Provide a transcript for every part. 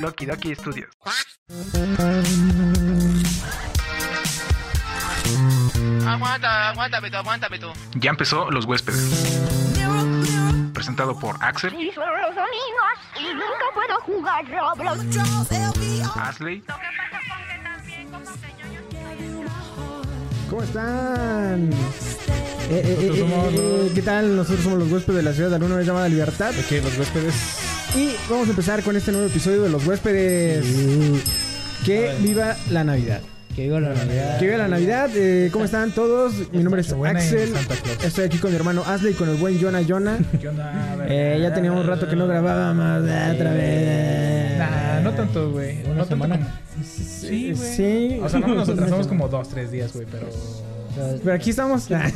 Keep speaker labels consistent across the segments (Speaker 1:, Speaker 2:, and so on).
Speaker 1: Loki Doki Studios.
Speaker 2: Aguanta, aguanta, Beto, aguanta, Beto.
Speaker 1: Ya empezó Los Huéspedes. Presentado por Axel,
Speaker 3: Y son los domingos y nunca puedo jugar Roblox.
Speaker 1: Asley
Speaker 4: ¿Cómo están? Eh, eh,
Speaker 5: Nosotros
Speaker 4: eh, eh,
Speaker 5: somos los-
Speaker 4: ¿Qué tal? Nosotros somos los huéspedes de la ciudad de alguna vez llamada Libertad.
Speaker 5: que los huéspedes.
Speaker 4: Y vamos a empezar con este nuevo episodio de Los Huéspedes. Que viva la Navidad.
Speaker 5: Que viva la Navidad.
Speaker 4: Que viva la Navidad. Eh, ¿Cómo están todos? Mi nombre es
Speaker 5: Nochebuena y
Speaker 4: Axel.
Speaker 5: Santa Claus.
Speaker 4: Estoy aquí con mi hermano Asley y con el buen Jonah Jonah. Eh, ya teníamos un rato que no grabábamos eh, otra vez.
Speaker 5: Nah, no tanto, güey. No tanto como... Sí, güey.
Speaker 4: Sí.
Speaker 5: O sea, no nos atrasamos como dos, tres días, güey, pero...
Speaker 4: Pero aquí estamos.
Speaker 6: Lo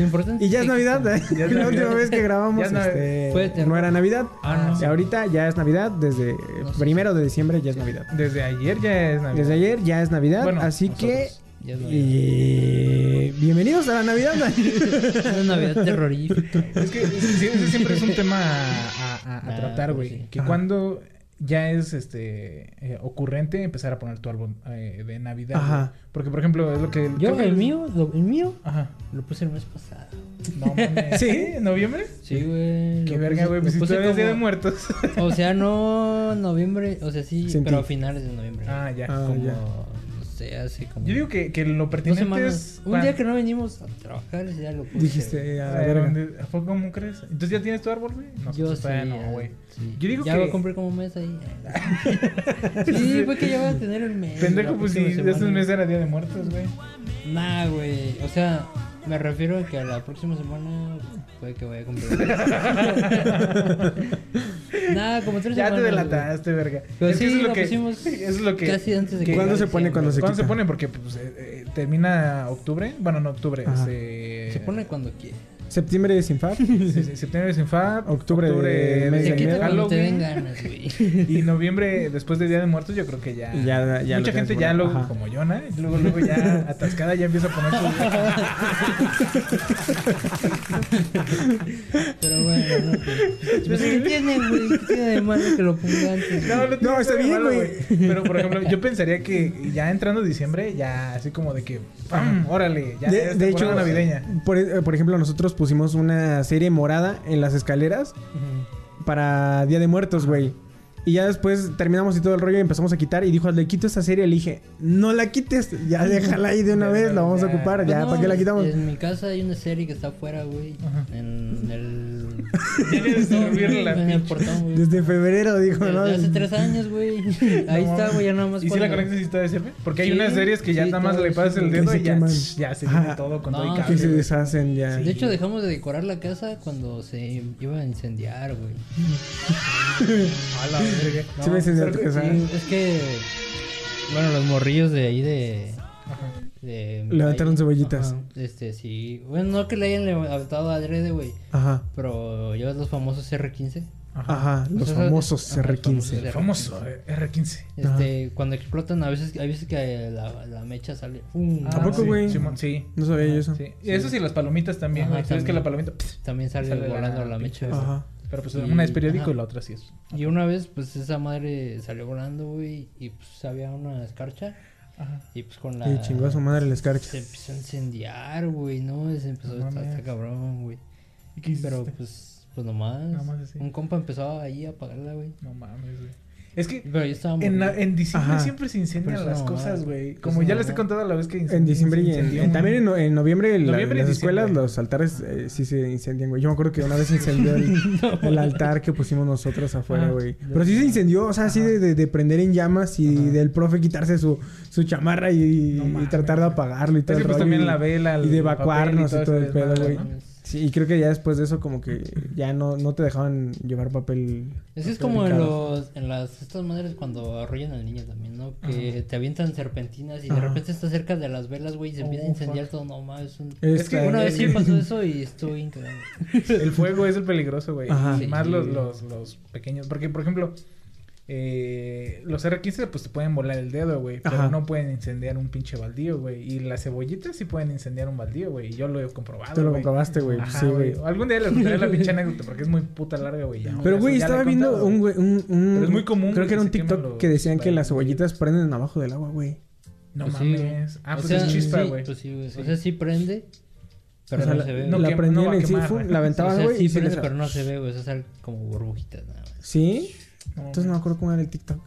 Speaker 6: importante
Speaker 4: Y ya es
Speaker 6: que-
Speaker 4: Navidad, ¿eh?
Speaker 5: Ya es
Speaker 4: la
Speaker 5: Navidad.
Speaker 4: última vez que grabamos
Speaker 5: Ya es Nav-
Speaker 4: este,
Speaker 6: fue de-
Speaker 4: no era Navidad.
Speaker 5: Ah,
Speaker 4: Y ahorita ya es Navidad, desde primero de diciembre ya es Navidad.
Speaker 5: Desde ayer ya es Navidad.
Speaker 4: Desde ayer ya es Navidad,
Speaker 5: Bueno,
Speaker 4: así
Speaker 5: nosotros.
Speaker 6: Ya es
Speaker 4: que...
Speaker 6: Navidad.
Speaker 4: eh, bienvenidos a la Navidad.
Speaker 6: Una Navidad terrorífica.
Speaker 5: Es que ese, sí, ese siempre es un tema a, a- a
Speaker 6: Ah,
Speaker 5: tratar,
Speaker 6: pues
Speaker 5: güey.
Speaker 6: sí.
Speaker 5: Que cuando ya es este eh, ocurrente empezar a poner tu álbum eh, de Navidad.
Speaker 4: Ajá.
Speaker 5: güey. Porque, por ejemplo, es lo que... creo
Speaker 6: Yo,
Speaker 5: que
Speaker 6: el
Speaker 5: es-
Speaker 6: mío, lo- el mío,
Speaker 5: Ajá.
Speaker 6: lo puse el mes pasado.
Speaker 5: No, mames. ¿Sí? ¿Noviembre?
Speaker 6: Sí, güey.
Speaker 5: Qué
Speaker 6: lo
Speaker 5: verga,
Speaker 6: puse-
Speaker 5: güey.
Speaker 6: lo
Speaker 5: Pues si
Speaker 6: puse
Speaker 5: todavía es Día de
Speaker 6: como-
Speaker 5: Muertos.
Speaker 6: O sea, no noviembre, o sea, sí,
Speaker 4: Sentí.
Speaker 6: pero a finales de noviembre.
Speaker 5: ah, ya.
Speaker 4: Ah,
Speaker 6: como,
Speaker 4: ya.
Speaker 6: no sé, hace como.
Speaker 5: Yo digo que, que lo
Speaker 6: dos
Speaker 5: pertinente es...
Speaker 6: semanas. Un
Speaker 5: cuan-
Speaker 6: día que no venimos a trabajar, ese día lo puse. güey.
Speaker 4: Dijiste, eh, a la
Speaker 5: Ay,
Speaker 4: verga.
Speaker 5: ¿dónde- ¿a poco ¿Cómo crees? ¿Entonces ya tienes tu árbol, güey?
Speaker 6: Yo
Speaker 5: Nosotros
Speaker 6: sí.
Speaker 5: todavía
Speaker 6: ya,
Speaker 5: no, güey.
Speaker 6: sí.
Speaker 5: Yo digo
Speaker 6: ya
Speaker 5: que-
Speaker 6: voy a cumplir como un mes ahí. sí, güey, que ya voy a tener el mes.
Speaker 5: Pendejo,
Speaker 6: la
Speaker 5: pues si
Speaker 6: próxima
Speaker 5: de estos
Speaker 6: semana. Pues,
Speaker 5: meses era Día de Muertos, güey.
Speaker 6: Nah, güey. O sea, me refiero a que a la próxima semana puede que vaya a comprar. nah, como tres
Speaker 5: Ya
Speaker 6: semanas.
Speaker 5: te
Speaker 6: güey.
Speaker 5: delataste, verga.
Speaker 6: Pero
Speaker 5: Es que
Speaker 6: sí,
Speaker 5: eso es lo
Speaker 6: lo
Speaker 5: que,
Speaker 6: pusimos
Speaker 5: eso es lo que...
Speaker 6: Casi antes de
Speaker 5: que-
Speaker 6: que.
Speaker 4: ¿Cuándo
Speaker 6: llegara
Speaker 4: se pone
Speaker 6: diciembre.
Speaker 4: cuando se-
Speaker 5: ¿Cuándo se
Speaker 4: quita.
Speaker 5: pone? Porque pues, eh, eh, termina octubre. Bueno, no octubre.
Speaker 4: Ajá.
Speaker 5: este-
Speaker 6: Se pone cuando quiera.
Speaker 4: Septiembre es Infab.
Speaker 5: se- se- septiembre sin FAB.
Speaker 4: Octubre de-
Speaker 5: de-
Speaker 4: mes
Speaker 6: Se
Speaker 4: de
Speaker 6: quita
Speaker 4: enero.
Speaker 6: cuando te den
Speaker 5: Halloween.
Speaker 6: ganas, güey.
Speaker 5: Y noviembre, después de Día de Muertos, yo creo que ya.
Speaker 4: Y ya- ya lo
Speaker 5: mucha
Speaker 4: tienes
Speaker 5: gente ya
Speaker 4: guardado.
Speaker 5: luego,
Speaker 4: Ajá.
Speaker 5: como Jonah, luego, luego ya atascada, ya empieza a poner su.
Speaker 6: Pero bueno, no. Pues, pues, ¿Qué tiene, güey? ¿Qué tiene de malo que lo ponga antes? güey?
Speaker 5: tiene nada
Speaker 4: está
Speaker 5: de
Speaker 4: bien,
Speaker 5: malo,
Speaker 4: güey.
Speaker 5: Pero por ejemplo, yo pensaría que ya entrando diciembre, ya así como de que. ¡pam! ¡Órale! Ya
Speaker 4: de,
Speaker 5: es
Speaker 4: de hecho,
Speaker 5: temporada navideña.
Speaker 4: Por, eh, por ejemplo, nosotros pusimos una serie morada en las escaleras para Día de Muertos, güey. Y ya después terminamos y todo el rollo y empezamos a quitar. Y dijo, le quito esta serie. Le dije, no la quites, ya déjala ahí de una
Speaker 5: Ya,
Speaker 4: vez, la vamos a
Speaker 5: ya.
Speaker 4: ocupar.
Speaker 6: Pues
Speaker 4: Ya,
Speaker 6: no,
Speaker 4: ¿para qué la quitamos?
Speaker 6: En mi casa hay una serie que está afuera, güey. En el.
Speaker 5: Tienes que
Speaker 6: No,
Speaker 5: servirla,
Speaker 6: En el
Speaker 5: pinche.
Speaker 6: portón, güey.
Speaker 4: Desde febrero, dijo,
Speaker 6: Desde
Speaker 4: ¿no?
Speaker 6: hace tres años, güey. Ahí
Speaker 5: No,
Speaker 6: está, güey, ya nada más.
Speaker 5: ¿Y si la
Speaker 6: cuando-
Speaker 5: conectas y está de siempre? Porque hay
Speaker 6: Sí,
Speaker 5: unas series que ya
Speaker 6: sí,
Speaker 5: nada más
Speaker 6: todo,
Speaker 5: le pasas
Speaker 6: sí.
Speaker 5: el dedo
Speaker 4: Que se
Speaker 5: y ya,
Speaker 4: queman.
Speaker 5: ya se viene
Speaker 4: Ajá.
Speaker 5: todo con
Speaker 6: No,
Speaker 5: todo y
Speaker 6: que
Speaker 4: Que
Speaker 5: cable.
Speaker 4: se
Speaker 5: güey.
Speaker 4: deshacen ya.
Speaker 6: De hecho, dejamos de decorar la casa cuando se iba a incendiar, güey.
Speaker 5: A la verga.
Speaker 4: Sí, me encendió tu casa.
Speaker 6: Sí, es que. Bueno, los morrillos de ahí de.
Speaker 5: Ajá.
Speaker 6: de
Speaker 4: Levantaron
Speaker 6: ahí-
Speaker 4: cebollitas.
Speaker 6: Ajá, este, sí. Bueno, no que le hayan levantado adrede, güey.
Speaker 4: Ajá.
Speaker 6: Pero llevas los famosos R15.
Speaker 4: Ajá,
Speaker 6: O
Speaker 4: los
Speaker 6: sea,
Speaker 4: famosos
Speaker 6: ajá, los famosos
Speaker 4: R15.
Speaker 6: R15.
Speaker 5: Famoso eh, R15.
Speaker 6: Este, cuando explotan, a veces, a veces que la, la mecha sale. ¡fum!
Speaker 4: ¿A poco,
Speaker 5: sí,
Speaker 4: güey?
Speaker 5: Simón, sí.
Speaker 4: No sabía yo eso.
Speaker 5: Sí. Y eso sí, las palomitas también.
Speaker 6: Ajá,
Speaker 5: güey. Sabes que
Speaker 6: también.
Speaker 5: la palomita. pss,
Speaker 6: También sale,
Speaker 5: Sale la
Speaker 6: volando la, mecha.
Speaker 5: pinche esa.
Speaker 4: Ajá.
Speaker 5: Pero pues
Speaker 6: Y-
Speaker 5: una es periódico
Speaker 6: ajá.
Speaker 5: y la otra sí es.
Speaker 6: Y una vez, pues esa madre salió volando, güey, y pues había una escarcha.
Speaker 5: Ajá.
Speaker 6: Y pues con la.
Speaker 4: Y chingó a su madre el escarcha.
Speaker 6: Se empezó a incendiar, güey, ¿no? Se empezó
Speaker 5: No
Speaker 6: a estar
Speaker 5: mames.
Speaker 6: está cabrón, güey.
Speaker 5: ¿Y qué hiciste?
Speaker 6: Pero pues, pues nomás.
Speaker 5: Nada más así.
Speaker 6: Un compa empezó ahí a apagarla, güey.
Speaker 5: No mames, güey. Es que
Speaker 6: Pero yo estaba
Speaker 5: en, la-
Speaker 6: morrido.
Speaker 5: en diciembre
Speaker 4: Ajá.
Speaker 5: siempre se incendian
Speaker 6: Pero es
Speaker 5: las
Speaker 6: una mamada.
Speaker 5: cosas, güey.
Speaker 6: Es
Speaker 5: Como
Speaker 6: una
Speaker 5: ya les he
Speaker 6: mamada.
Speaker 5: contado la vez que
Speaker 4: En diciembre y en-
Speaker 5: incendió
Speaker 4: en-
Speaker 5: un-
Speaker 4: también en, no- en noviembre, la-
Speaker 5: Noviembre y
Speaker 4: las
Speaker 5: diciembre.
Speaker 4: escuelas, los altares eh, sí se incendian, güey. Yo me acuerdo que una vez incendió el, el altar que pusimos nosotros afuera,
Speaker 5: Ajá.
Speaker 4: güey. Pero sí se incendió, o sea, así de, de- de prender en llamas y del profe quitarse su, su chamarra y,
Speaker 5: No
Speaker 4: y
Speaker 5: mames,
Speaker 4: tratar de
Speaker 5: güey.
Speaker 4: apagarlo y
Speaker 5: Es
Speaker 4: todo
Speaker 5: que
Speaker 4: el
Speaker 5: pues
Speaker 4: rollo
Speaker 5: también
Speaker 4: y-
Speaker 5: la vela.
Speaker 4: y
Speaker 5: el
Speaker 4: de
Speaker 5: papel
Speaker 4: evacuarnos y
Speaker 5: ese
Speaker 4: todo el pedo,
Speaker 5: desmadre,
Speaker 4: güey.
Speaker 5: ¿no?
Speaker 4: Sí, y creo que ya después de eso como que ya no, no te dejaban llevar papel.
Speaker 6: Es que es
Speaker 4: papel
Speaker 6: como en,
Speaker 4: picado.
Speaker 6: los, en las estas madres cuando arrollan al niño también, ¿no? Que te avientan serpentinas y de
Speaker 4: Ajá.
Speaker 6: repente estás cerca de las velas, güey, y se empieza a
Speaker 5: Oh,
Speaker 6: incendiar todo nomás. Es un...
Speaker 4: Esta-
Speaker 5: Es que
Speaker 6: Una vez
Speaker 5: es
Speaker 6: sí
Speaker 5: que-
Speaker 6: pasó eso y estoy increíble.
Speaker 5: El fuego es el peligroso, güey.
Speaker 4: Ajá.
Speaker 5: Y más
Speaker 6: Sí.
Speaker 5: los, los, los pequeños. Porque, por ejemplo, eh, los R15 pues te pueden volar el dedo, güey. Pero
Speaker 4: Ajá.
Speaker 5: no pueden incendiar un pinche baldío, güey. Y las cebollitas sí pueden incendiar un baldío, güey. y Yo lo he comprobado.
Speaker 4: Tú lo
Speaker 5: güey.
Speaker 4: comprobaste, güey.
Speaker 5: Ajá,
Speaker 4: Sí,
Speaker 5: güey.
Speaker 4: güey.
Speaker 5: Algún día les contaré la pinche anécdota porque es muy puta larga, güey. ya,
Speaker 4: Pero,
Speaker 5: eso
Speaker 4: güey,
Speaker 5: ya la
Speaker 4: estaba
Speaker 5: he
Speaker 4: viendo
Speaker 5: contado,
Speaker 4: un, güey, un, un-
Speaker 5: Pero es muy común,
Speaker 4: Creo
Speaker 5: güey,
Speaker 4: que era un
Speaker 5: que se quemen
Speaker 4: TikTok
Speaker 5: los-
Speaker 4: que decían que
Speaker 5: los-
Speaker 4: las cebollitas prenden abajo del agua, güey.
Speaker 5: No
Speaker 6: Pues sí,
Speaker 5: mames.
Speaker 6: güey.
Speaker 5: ah,
Speaker 6: O
Speaker 5: pues
Speaker 6: sea,
Speaker 5: es chispa,
Speaker 6: sí,
Speaker 5: güey.
Speaker 6: pues sí, güey. O sea, sí prende, pero
Speaker 4: o sea,
Speaker 6: no
Speaker 4: la,
Speaker 6: se ve.
Speaker 5: no
Speaker 6: güey.
Speaker 4: la
Speaker 5: quema-
Speaker 4: prendían
Speaker 5: no va a
Speaker 4: en sí,
Speaker 5: quemar,
Speaker 4: fum,
Speaker 5: güey.
Speaker 4: la
Speaker 6: o
Speaker 4: aventaban,
Speaker 6: sea,
Speaker 4: güey.
Speaker 6: sí
Speaker 4: y se
Speaker 6: prende,
Speaker 4: les-
Speaker 6: pero no se ve, güey. O sea, sale como burbujitas nada más.
Speaker 4: ¿Sí?
Speaker 5: No,
Speaker 4: Entonces no me acuerdo cómo era el TikTok.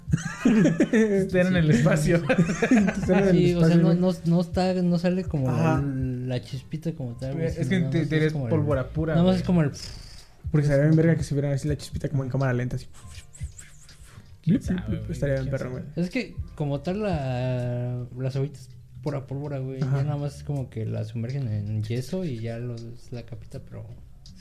Speaker 5: mames, era en el espacio.
Speaker 4: Entonces era del
Speaker 6: Sí, o sea,
Speaker 4: espacio,
Speaker 6: no,
Speaker 4: güey.
Speaker 6: no, no, está, no sale como
Speaker 4: Ajá.
Speaker 6: la chispita como tal. güey,
Speaker 5: es
Speaker 6: sino
Speaker 5: que
Speaker 6: nada
Speaker 5: te,
Speaker 6: más
Speaker 5: te
Speaker 6: es
Speaker 5: eres
Speaker 6: como el-
Speaker 5: pólvora pura.
Speaker 6: Nada más
Speaker 5: güey.
Speaker 6: es como el.
Speaker 4: Porque estaría bien verga que se viera así la chispita como en cámara lenta, así.
Speaker 5: ¿Quién sabe, güey?
Speaker 4: Estaría bien
Speaker 5: ¿Quién
Speaker 4: perro,
Speaker 5: sabe?
Speaker 4: güey.
Speaker 6: Es que como tal la, las hojitas pura pólvora, güey.
Speaker 4: Ajá.
Speaker 6: Ya nada más es como que las sumergen en yeso y ya los, la capita, pero...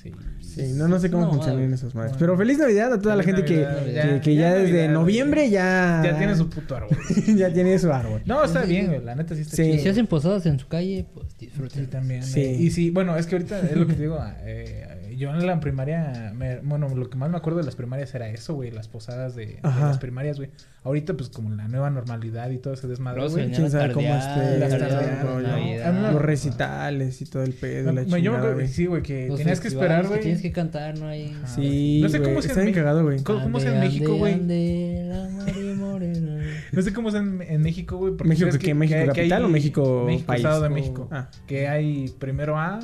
Speaker 6: Sí.
Speaker 4: Sí, no, no sé cómo
Speaker 6: No,
Speaker 4: funcionan
Speaker 6: madre.
Speaker 4: esas madres.
Speaker 5: Bueno.
Speaker 4: Pero feliz Navidad a toda la
Speaker 5: Feliz
Speaker 4: gente que,
Speaker 5: Navidad,
Speaker 4: que- que ya, desde
Speaker 5: Navidad,
Speaker 4: noviembre
Speaker 5: güey.
Speaker 4: ya...
Speaker 5: Ya tiene su puto árbol.
Speaker 4: ya tiene su árbol.
Speaker 5: No, está bien, güey. La neta sí está
Speaker 4: Sí.
Speaker 5: chido.
Speaker 6: Y si hacen posadas en su calle, pues
Speaker 5: Sí,
Speaker 6: disfruten.
Speaker 5: también.
Speaker 4: Sí.
Speaker 5: eh. Y sí, bueno, es que ahorita es lo que te digo. eh, yo en la primaria, me- bueno, lo que más me acuerdo de las primarias era eso, güey, las posadas de, de
Speaker 4: Ajá.
Speaker 5: las primarias, güey. Ahorita, pues, como la nueva normalidad y todo ese desmadre,
Speaker 6: Luego se
Speaker 5: güey.
Speaker 6: venía
Speaker 4: quién
Speaker 6: la
Speaker 4: sabe cómo
Speaker 6: tardeada,
Speaker 4: esté,
Speaker 6: la
Speaker 5: las
Speaker 6: tardeada,
Speaker 5: tardeadas,
Speaker 6: la
Speaker 5: ¿no?
Speaker 6: Navidad.
Speaker 5: A mí me-
Speaker 4: Los recitales y todo el pedo, la
Speaker 5: Me- me- yo me
Speaker 4: chingada,
Speaker 5: acuerdo que
Speaker 4: güey.
Speaker 5: sí, güey, que
Speaker 6: Los
Speaker 5: tenías que
Speaker 6: festivales
Speaker 5: esperar, güey.
Speaker 6: Tienes que cantar, no hay...
Speaker 5: Ajá.
Speaker 4: Sí,
Speaker 5: No sé cómo
Speaker 4: güey,
Speaker 5: sea en
Speaker 4: está bien
Speaker 5: México.
Speaker 4: cagado, güey.
Speaker 5: ¿Cómo- cómo es en
Speaker 6: Ande,
Speaker 5: México, güey?
Speaker 6: ande, la María Morena.
Speaker 5: No sé cómo es en, en México, güey. porque
Speaker 4: ¿México
Speaker 5: ves
Speaker 4: qué? ¿México capital o México
Speaker 5: México,
Speaker 4: país?
Speaker 5: Estado de
Speaker 4: O-
Speaker 5: México.
Speaker 4: Ah.
Speaker 5: Que hay primero A,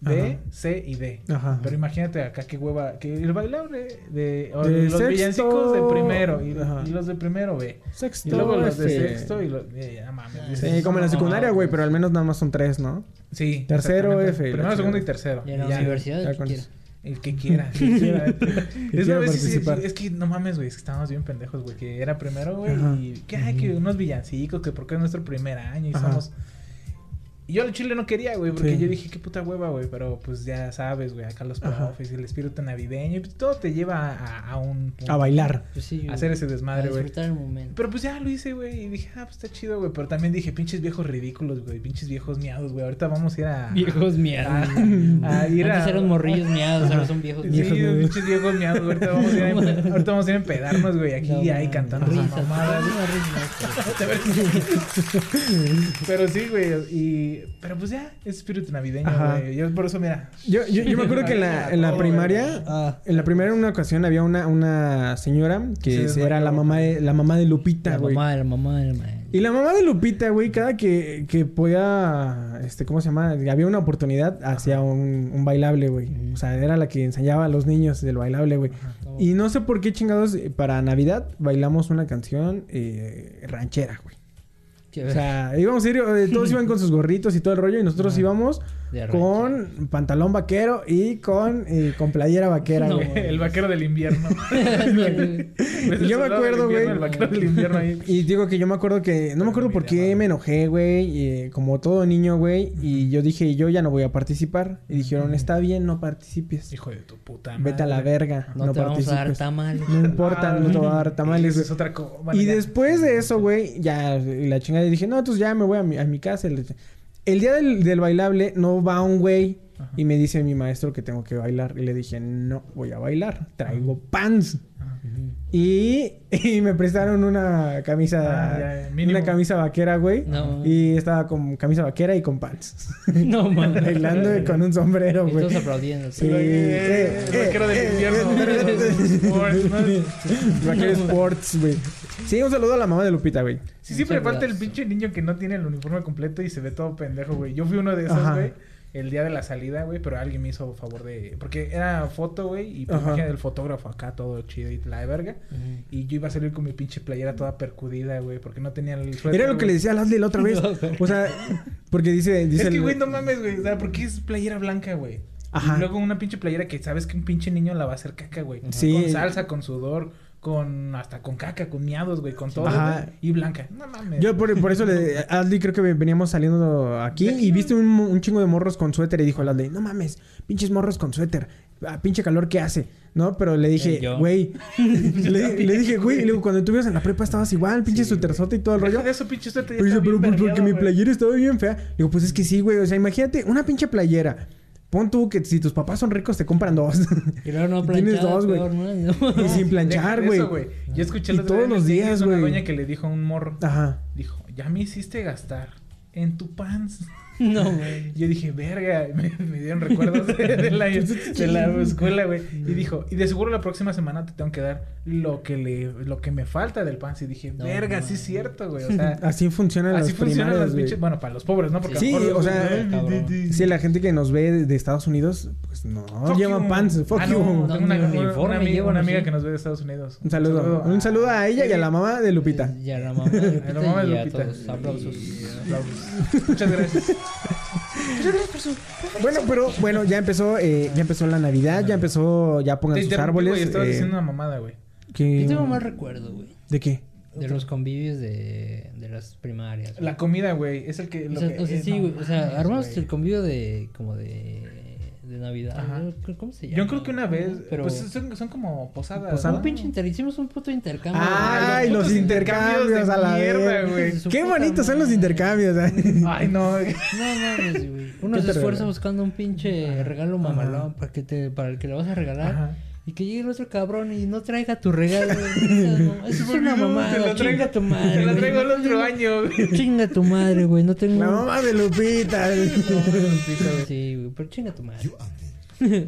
Speaker 5: B,
Speaker 4: Ajá. Ah.
Speaker 5: C y D.
Speaker 4: Ajá.
Speaker 5: Pero imagínate acá qué hueva. Que el bailable de, o
Speaker 4: De
Speaker 5: los
Speaker 4: sexto.
Speaker 5: villancicos de primero y,
Speaker 4: Ajá.
Speaker 5: y los de primero B.
Speaker 4: Sexto.
Speaker 5: Y luego los de
Speaker 4: F.
Speaker 5: sexto y los. eh, ya, mames,
Speaker 4: Sí,
Speaker 5: dices,
Speaker 4: como en la
Speaker 5: no,
Speaker 4: secundaria,
Speaker 5: no,
Speaker 4: güey, pero al menos nada más son tres, ¿no?
Speaker 5: Sí.
Speaker 4: Tercero, F,
Speaker 5: exactamente.
Speaker 4: la
Speaker 5: Primero,
Speaker 4: chingada.
Speaker 5: segundo y tercero.
Speaker 6: Y en la
Speaker 5: Ya.
Speaker 6: universidad,
Speaker 4: ya
Speaker 6: el que
Speaker 4: con
Speaker 6: quiera.
Speaker 4: eso.
Speaker 5: El que quiera. el que quiera. es,
Speaker 4: quiera
Speaker 5: una vez sí, sí,
Speaker 4: participar.
Speaker 5: es que no mames, güey. Es que estábamos bien pendejos, güey. Que era primero, güey.
Speaker 4: Ajá.
Speaker 5: Y que, ay, que unos villancicos, que porque es nuestro primer año y
Speaker 4: Ajá.
Speaker 5: somos. Y yo al chile no quería, güey, porque
Speaker 4: Sí.
Speaker 5: yo dije, qué puta hueva, güey. Pero pues ya sabes, güey, acá los
Speaker 4: Ajá.
Speaker 5: profes y el espíritu navideño, y pues, todo te lleva a, a un. punto,
Speaker 4: A bailar.
Speaker 6: Pues sí, güey.
Speaker 5: A hacer ese desmadre,
Speaker 6: A
Speaker 5: güey.
Speaker 6: disfrutar el momento.
Speaker 5: Pero pues ya lo hice, güey. Y dije, ah, pues está chido, güey. Pero también dije, pinches viejos ridículos, güey. Pinches viejos miados, güey. Ahorita vamos a ir a.
Speaker 6: Viejos miados.
Speaker 5: a- a Ah, ir
Speaker 6: Antes
Speaker 5: a-
Speaker 6: eran morrillos miados, ahora son viejos
Speaker 5: Sí,
Speaker 6: miados.
Speaker 4: Viejos miados.
Speaker 5: pinches viejos miados. güey. Ahorita vamos a ir a, ahorita vamos a ir a empedarnos, güey. Aquí
Speaker 6: No,
Speaker 5: ahí
Speaker 6: mames.
Speaker 5: cantando
Speaker 6: Risas,
Speaker 5: esas mamadas.
Speaker 6: no, risas.
Speaker 5: Pero sí, güey. Y... Pero pues ya, es espíritu navideño,
Speaker 4: Ajá.
Speaker 5: güey. Yo por eso, mira.
Speaker 4: Yo, yo, yo me acuerdo que en la, en la primaria,
Speaker 6: Ah.
Speaker 4: en la primera en una ocasión había una, una señora
Speaker 5: Se
Speaker 4: que
Speaker 5: desmayó.
Speaker 4: era la mamá de, la mamá de Lupita,
Speaker 6: La
Speaker 4: güey.
Speaker 6: mamá, la mamá, la mamá.
Speaker 4: Y la mamá de Lupita, güey, cada que, que podía, este, ¿cómo se llama? Había una oportunidad, hacía un, un bailable, güey.
Speaker 6: Ujú.
Speaker 4: O sea, era la que enseñaba a los niños del bailable, güey. Y no sé por qué, chingados, eh, para Navidad bailamos una canción eh, ranchera, güey.
Speaker 6: Qué
Speaker 4: O sea, íbamos a ir, eh, todos iban con sus gorritos y todo el rollo, y nosotros íbamos
Speaker 6: de rancho.
Speaker 4: con pantalón vaquero y con, eh, con playera vaquera,
Speaker 6: No,
Speaker 4: güey.
Speaker 6: güey.
Speaker 5: El vaquero del invierno. ¿Ves el
Speaker 4: Yo me
Speaker 5: soldado del
Speaker 4: acuerdo,
Speaker 5: invierno?
Speaker 4: güey.
Speaker 5: El vaquero del invierno ahí.
Speaker 4: Y digo que yo me acuerdo que... No me acuerdo por qué me enojé, güey. eh, como todo niño, güey. Y yo dije, yo ya no voy a participar. Y dijeron, está bien, no participes.
Speaker 5: Hijo de tu puta madre.
Speaker 4: Vete a la verga.
Speaker 6: "Ah, No,
Speaker 4: No,
Speaker 6: te vamos a dar
Speaker 4: participes.
Speaker 6: tamal.
Speaker 4: No importa, no te voy a dar tamales.
Speaker 5: Eso
Speaker 4: güey.
Speaker 5: es otra cosa.
Speaker 4: y después de eso, güey, ya la chingada. Y dije, no, entonces ya me voy a mi, a mi casa. El, el día del, del bailable no va un güey. Y me dice mi maestro que tengo que bailar. Y le dije, no voy a bailar. Traigo pants. Y, y me prestaron una camisa.
Speaker 5: Ah, ya, ya, mínimo.
Speaker 4: una camisa vaquera, güey.
Speaker 6: No.
Speaker 4: Y estaba con camisa vaquera y con pants.
Speaker 6: No mames.
Speaker 4: Bailando y con un sombrero,
Speaker 6: Y todos
Speaker 4: güey.
Speaker 6: aplaudiendo.
Speaker 4: Sí.
Speaker 5: Eh, el vaquero del invierno.
Speaker 4: Vaquero Sports, güey. Sí, un saludo a la mamá de Lupita, güey.
Speaker 5: Sí, siempre
Speaker 6: Muchas
Speaker 5: falta el
Speaker 6: gracias.
Speaker 5: pinche niño que no tiene el uniforme completo y se ve todo pendejo, güey. Yo fui uno de esos,
Speaker 4: Ajá.
Speaker 5: güey. El día de la salida, güey, pero alguien me hizo favor de... Porque era foto, güey, y pues,
Speaker 4: Ajá.
Speaker 5: imagínate el fotógrafo acá, todo chido y la verga. Y yo iba a salir con mi pinche playera toda percudida, güey, porque no tenía el suéter,
Speaker 4: Era lo que
Speaker 5: güey.
Speaker 4: le decía a Leslie la otra vez. O sea, porque dice. dice
Speaker 5: Es que,
Speaker 4: el-
Speaker 5: güey, no mames, güey. O sea, ¿por qué es playera blanca, güey?
Speaker 4: Ajá.
Speaker 5: Y luego una pinche playera que sabes que un pinche niño la va a hacer caca, güey.
Speaker 4: Sí.
Speaker 5: Con salsa, con sudor, con... Hasta con caca, con miados, güey, con todo,
Speaker 4: Ajá.
Speaker 5: güey. Y blanca. No mames.
Speaker 4: Yo por, por eso le. Adley creo que veníamos saliendo aquí
Speaker 5: De aquí,
Speaker 4: y viste un, mo- un chingo de morros con suéter y dijo al Adley, no mames, pinches morros con suéter. Ah, pinche calor que hace, ¿no? Pero le
Speaker 6: Eh,
Speaker 4: dije,
Speaker 6: yo.
Speaker 4: güey. le, le dije, güey. Y luego cuando tú ibas en la prepa estabas igual, pinche suéterzote y todo el rollo.
Speaker 5: Deja de eso, pinche suéter. ya
Speaker 4: Pero dice,
Speaker 5: está
Speaker 4: pero
Speaker 5: bien
Speaker 4: pues, porque
Speaker 5: vergueado,
Speaker 4: mi
Speaker 5: güey.
Speaker 4: playera estaba bien fea. Digo, pues es que sí, güey. O sea, imagínate una pinche playera Pon tú que si tus papás son ricos, te compran dos.
Speaker 6: Y luego no
Speaker 4: Tienes
Speaker 6: planchada,
Speaker 4: dos, güey.
Speaker 6: peor, ¿no?
Speaker 4: y sin planchar,
Speaker 5: Deja de
Speaker 4: güey.
Speaker 5: eso, Yo escuché
Speaker 4: Y
Speaker 5: el otro
Speaker 4: todos
Speaker 5: día en el
Speaker 4: los
Speaker 5: tianguis
Speaker 4: días,
Speaker 5: una
Speaker 4: güey. Ah.
Speaker 5: doña que le dijo a un morro.
Speaker 4: Ajá.
Speaker 5: Dijo, ya me hiciste gastar en tu pants.
Speaker 6: No, güey.
Speaker 5: Yo dije, verga, me, me dieron recuerdos de, de la,
Speaker 4: Pues,
Speaker 5: de la escuela, güey. Y dijo, y de seguro la próxima semana te tengo que dar lo que le, lo que me falta del pan. Y dije,
Speaker 6: No,
Speaker 5: verga, sí
Speaker 6: mames.
Speaker 5: es cierto, güey. O sea,
Speaker 4: Así funcionan
Speaker 5: así
Speaker 4: Ah, las
Speaker 5: funcionan
Speaker 4: primarias,
Speaker 5: las
Speaker 4: güey.
Speaker 5: bichas. Bueno, para los pobres, ¿no? Porque a lo
Speaker 4: Sí,
Speaker 5: mejor-
Speaker 4: o sea,
Speaker 5: Ay,
Speaker 6: cabrón.
Speaker 5: di, di, di.
Speaker 4: Si la gente que nos ve de Estados Unidos, pues no,
Speaker 5: Fuck
Speaker 4: llevan
Speaker 5: you.
Speaker 4: pants. Fuck
Speaker 5: Ah,
Speaker 4: you.
Speaker 5: no, tengo una,
Speaker 6: No, ni
Speaker 5: una- una
Speaker 6: uniforme
Speaker 5: amiga,
Speaker 6: llevan
Speaker 5: una
Speaker 6: así.
Speaker 5: amiga que nos ve de Estados Unidos.
Speaker 4: Un saludo. Un saludo a ella y a la mamá de Lupita.
Speaker 5: Eh,
Speaker 6: Y a la mamá de Lupita
Speaker 5: A la mamá de
Speaker 6: y a
Speaker 5: Lupita.
Speaker 6: todos. Aplausos.
Speaker 5: Aplausos. Muchas gracias.
Speaker 4: Bueno, pero bueno, ya empezó, eh, ya empezó la Navidad, ya empezó, ya pongan
Speaker 5: Te
Speaker 4: sus
Speaker 5: interrumpí,
Speaker 4: árboles.
Speaker 5: güey, estabas
Speaker 4: eh,
Speaker 5: diciendo una mamada, güey.
Speaker 4: que-
Speaker 6: Yo tengo mal recuerdo, güey.
Speaker 4: ¿De qué?
Speaker 6: De los convivios de, de las primarias. güey.
Speaker 5: La comida, güey, es el que...
Speaker 6: O
Speaker 5: lo
Speaker 6: sea,
Speaker 5: que-
Speaker 6: o sea,
Speaker 5: eh,
Speaker 6: sí,
Speaker 5: no
Speaker 6: güey. O sea,
Speaker 5: mames,
Speaker 6: armamos
Speaker 5: güey.
Speaker 6: el convivio de. como de. de Navidad.
Speaker 5: Ajá.
Speaker 6: ¿no? ¿Cómo se llama?
Speaker 5: Yo creo que una vez...
Speaker 6: Pero.
Speaker 5: Pues son, son como posadas.
Speaker 4: Posada.
Speaker 5: ¿no?
Speaker 6: un pinche inter... hicimos un puto intercambio.
Speaker 5: Ah,
Speaker 4: Ay,
Speaker 5: los
Speaker 4: los
Speaker 5: putos
Speaker 4: intercambios
Speaker 5: intercambios de
Speaker 4: a la
Speaker 5: mierda,
Speaker 4: verga.
Speaker 5: güey.
Speaker 6: Su
Speaker 4: Qué
Speaker 6: puta
Speaker 4: bonitos son los
Speaker 6: madre.
Speaker 4: intercambios. ¿eh?
Speaker 5: Ay, no.
Speaker 6: güey. No mames, güey. Uno
Speaker 4: ¿Qué
Speaker 6: se
Speaker 4: te
Speaker 6: esfuerza
Speaker 4: regalan?
Speaker 6: buscando un pinche regalo mamalón para, que te, para el que le vas a regalar.
Speaker 5: Ajá.
Speaker 6: Y que llegue el otro cabrón y no traiga tu regalo. güey. Eso es una mamada.
Speaker 5: Te lo traigo,
Speaker 6: Chinga tu madre.
Speaker 5: Te lo
Speaker 6: güey.
Speaker 5: traigo el otro año, güey.
Speaker 6: Chinga tu madre, güey. No tengo.
Speaker 4: La mamá de Lupita.
Speaker 6: Sí, güey, pero chinga tu madre.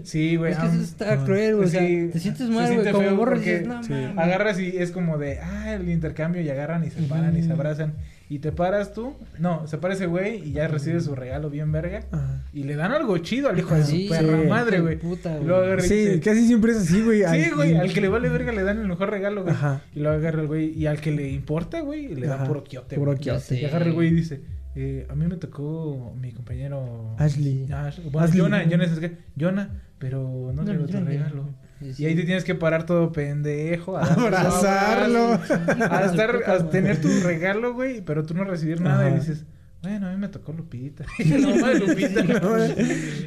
Speaker 5: Sí, güey. ah,
Speaker 6: Es que
Speaker 5: am-
Speaker 6: eso está cruel, güey. o sea,
Speaker 5: Sí,
Speaker 6: te sientes
Speaker 5: se
Speaker 6: mal,
Speaker 5: siente
Speaker 6: güey. Como
Speaker 5: feo
Speaker 6: morro
Speaker 5: porque
Speaker 6: dices, no
Speaker 5: sí,
Speaker 6: mames.
Speaker 5: Agarras y es como de, ah, el intercambio y agarran y se paran y se abrazan. Y te paras tú, no, se para ese güey y ya recibe su regalo bien verga.
Speaker 4: Ajá.
Speaker 5: Y le dan algo chido al hijo de
Speaker 6: Sí,
Speaker 5: su perra
Speaker 4: sí.
Speaker 5: madre, güey.
Speaker 6: Puta,
Speaker 5: Y luego
Speaker 6: güey.
Speaker 5: agarra y
Speaker 4: Sí,
Speaker 5: dice,
Speaker 4: casi siempre es así, güey.
Speaker 5: Sí,
Speaker 4: Ay,
Speaker 5: güey, al que le vale verga le dan el mejor regalo, güey.
Speaker 4: Ajá.
Speaker 5: Y lo agarra el güey. Y al que le importa, güey, le dan puro quiote.
Speaker 4: Puro
Speaker 5: güey.
Speaker 4: quiote.
Speaker 5: Y agarra el güey y dice, eh, a mí me tocó mi compañero...
Speaker 4: Ashley.
Speaker 5: Ash- bueno,
Speaker 4: Ashley.
Speaker 5: Jonah, Jonah, es que- Jonah, pero
Speaker 6: No,
Speaker 5: no, le traigo tu
Speaker 6: Jonah.
Speaker 5: regalo.
Speaker 6: Sí, sí.
Speaker 5: Y ahí te tienes que parar todo pendejo. A darle
Speaker 4: Abrazarlo.
Speaker 5: su abrazo, A, estar,
Speaker 6: Puta
Speaker 5: a
Speaker 6: madre.
Speaker 5: tener tu regalo, güey, pero tú no recibir nada.
Speaker 4: Ajá.
Speaker 5: Y dices... Bueno, a mí me tocó Lupita. no, madre, Lupita. no, madre.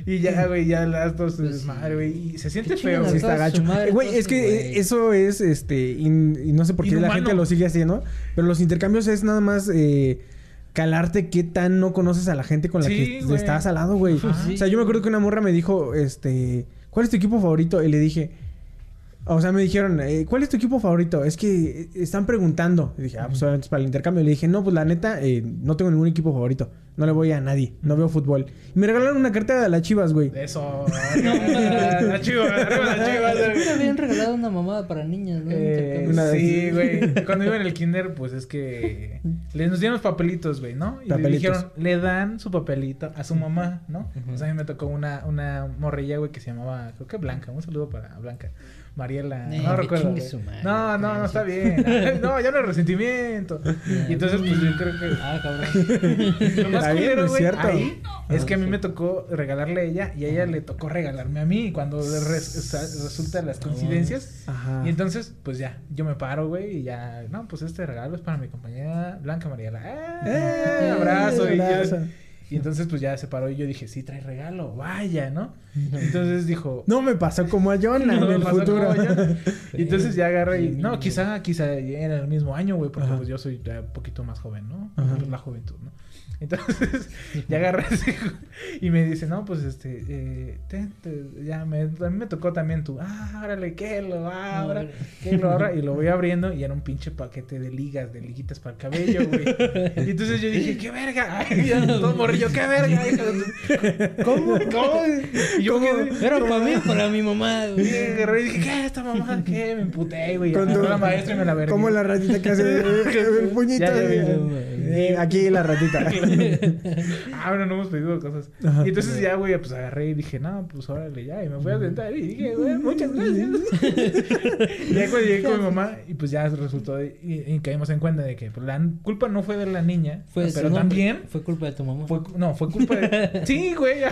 Speaker 5: y ya, güey, ya las dos se desmadre, güey. Y se siente
Speaker 6: chingan
Speaker 5: feo.
Speaker 6: las
Speaker 4: Sí,
Speaker 5: güey.
Speaker 4: está
Speaker 6: Toda su
Speaker 4: gacho.
Speaker 6: madre,
Speaker 4: Eh, Güey,
Speaker 6: todo
Speaker 4: es
Speaker 6: su
Speaker 4: que eh,
Speaker 6: güey.
Speaker 4: eso es, este, in- y no sé por qué la
Speaker 5: Inhumano.
Speaker 4: gente lo sigue haciendo, pero los intercambios es nada más eh, calarte qué tan no conoces a la gente con la
Speaker 5: Sí,
Speaker 4: que
Speaker 5: güey.
Speaker 4: estás al lado, güey.
Speaker 5: Ajá.
Speaker 4: O sea, yo me acuerdo que una morra me dijo, este, ¿cuál es tu equipo favorito? Y le dije... O sea, me dijeron, eh, ¿cuál es tu equipo favorito? Es que eh, están preguntando. Y dije, ah, pues solamente es para el intercambio. Y le dije, no, pues la neta, eh, no tengo ningún equipo favorito. No le voy a nadie. No veo fútbol. Y me regalaron una carta de las chivas, güey.
Speaker 5: Eso. La chiva, arriba la chiva.
Speaker 6: Me habían regalado una mamada para niñas, ¿no?
Speaker 5: Eh,
Speaker 6: Intercambio.
Speaker 4: una vez.
Speaker 5: sí, güey. Cuando iba en el kinder, pues es que les nos dieron los papelitos, güey, ¿no? Y le
Speaker 4: Papelitos.
Speaker 5: dijeron, le dan su papelito a su mamá, ¿no? O sea, a mí me tocó una, una morrilla, güey, que se llamaba, creo que Blanca. Un saludo para Blanca. Mariela,
Speaker 6: Eh,
Speaker 5: no
Speaker 6: que
Speaker 5: recuerdo.
Speaker 6: chingue
Speaker 5: güey.
Speaker 6: su madre,
Speaker 5: no, no, no está bien. no, ya no hay resentimiento. Y entonces, pues yo creo que.
Speaker 6: Ah, cabrón.
Speaker 5: Lo más
Speaker 4: Está bien,
Speaker 5: culero,
Speaker 4: es
Speaker 5: güey,
Speaker 4: cierto.
Speaker 5: ahí es que a mí me tocó regalarle a ella y a ella le tocó regalarme a mí cuando res- o sea, resultan las coincidencias.
Speaker 4: Ajá.
Speaker 5: Y entonces, pues ya, yo me paro, güey, y ya, no, pues este regalo es para mi compañera Blanca Mariela. ¡Eh!
Speaker 4: Eh,
Speaker 5: abrazo. Y, yo-
Speaker 4: abrazo.
Speaker 5: y entonces, pues ya se paró y yo dije, sí, trae regalo, vaya, ¿no? Entonces dijo,
Speaker 4: No me pasó como a Jonah
Speaker 5: no,
Speaker 4: en el
Speaker 5: pasó
Speaker 4: futuro.
Speaker 5: como yo. Y entonces ya agarra y... No, quizá, quizá era el mismo año, güey, porque
Speaker 4: Ajá.
Speaker 5: pues yo soy ya un poquito más joven, ¿no?
Speaker 4: Ajá.
Speaker 5: Pues, La juventud, ¿no? Entonces ya agarra ese güey y me dice, no, pues este, eh, ten, te- ya me, a mí me tocó también tú, ah, órale, que lo abra,
Speaker 6: Órale.
Speaker 5: que lo abra, y lo voy abriendo y era un pinche paquete de ligas, de liguitas para el cabello, güey. Y entonces yo dije, qué verga, Ay, ya, todo morrillo, qué verga. hijo de tu- ¿Cómo? ¿Cómo? Y yo quedé-
Speaker 6: Era para mí o para mi mamá,
Speaker 5: y
Speaker 6: güey.
Speaker 5: agarré y dije, ¿qué esta mamada? ¿Qué? Me emputé, güey.
Speaker 4: Con
Speaker 5: Con
Speaker 4: tu-
Speaker 5: la maestra y me la vergué.
Speaker 4: Como la ratita que hace el puñito.
Speaker 5: Ya, ya,
Speaker 4: de-
Speaker 5: ya,
Speaker 6: ya.
Speaker 4: Eh, aquí la ratita.
Speaker 5: Ah, bueno, no hemos pedido cosas.
Speaker 4: Ajá.
Speaker 5: Y entonces ya, güey, pues agarré y dije, no, pues órale, ya. Y me voy a sentar y dije, güey, muchas gracias. y ya cuando llegué con mi mamá, y pues ya resultó, de- y, y caímos en cuenta de que pues, la culpa no fue de la niña,
Speaker 6: Fue de su
Speaker 5: pero
Speaker 6: nombre.
Speaker 5: también
Speaker 6: Fue culpa de tu mamá.
Speaker 5: Fue, cu- no, fue culpa de... Sí, güey. ya.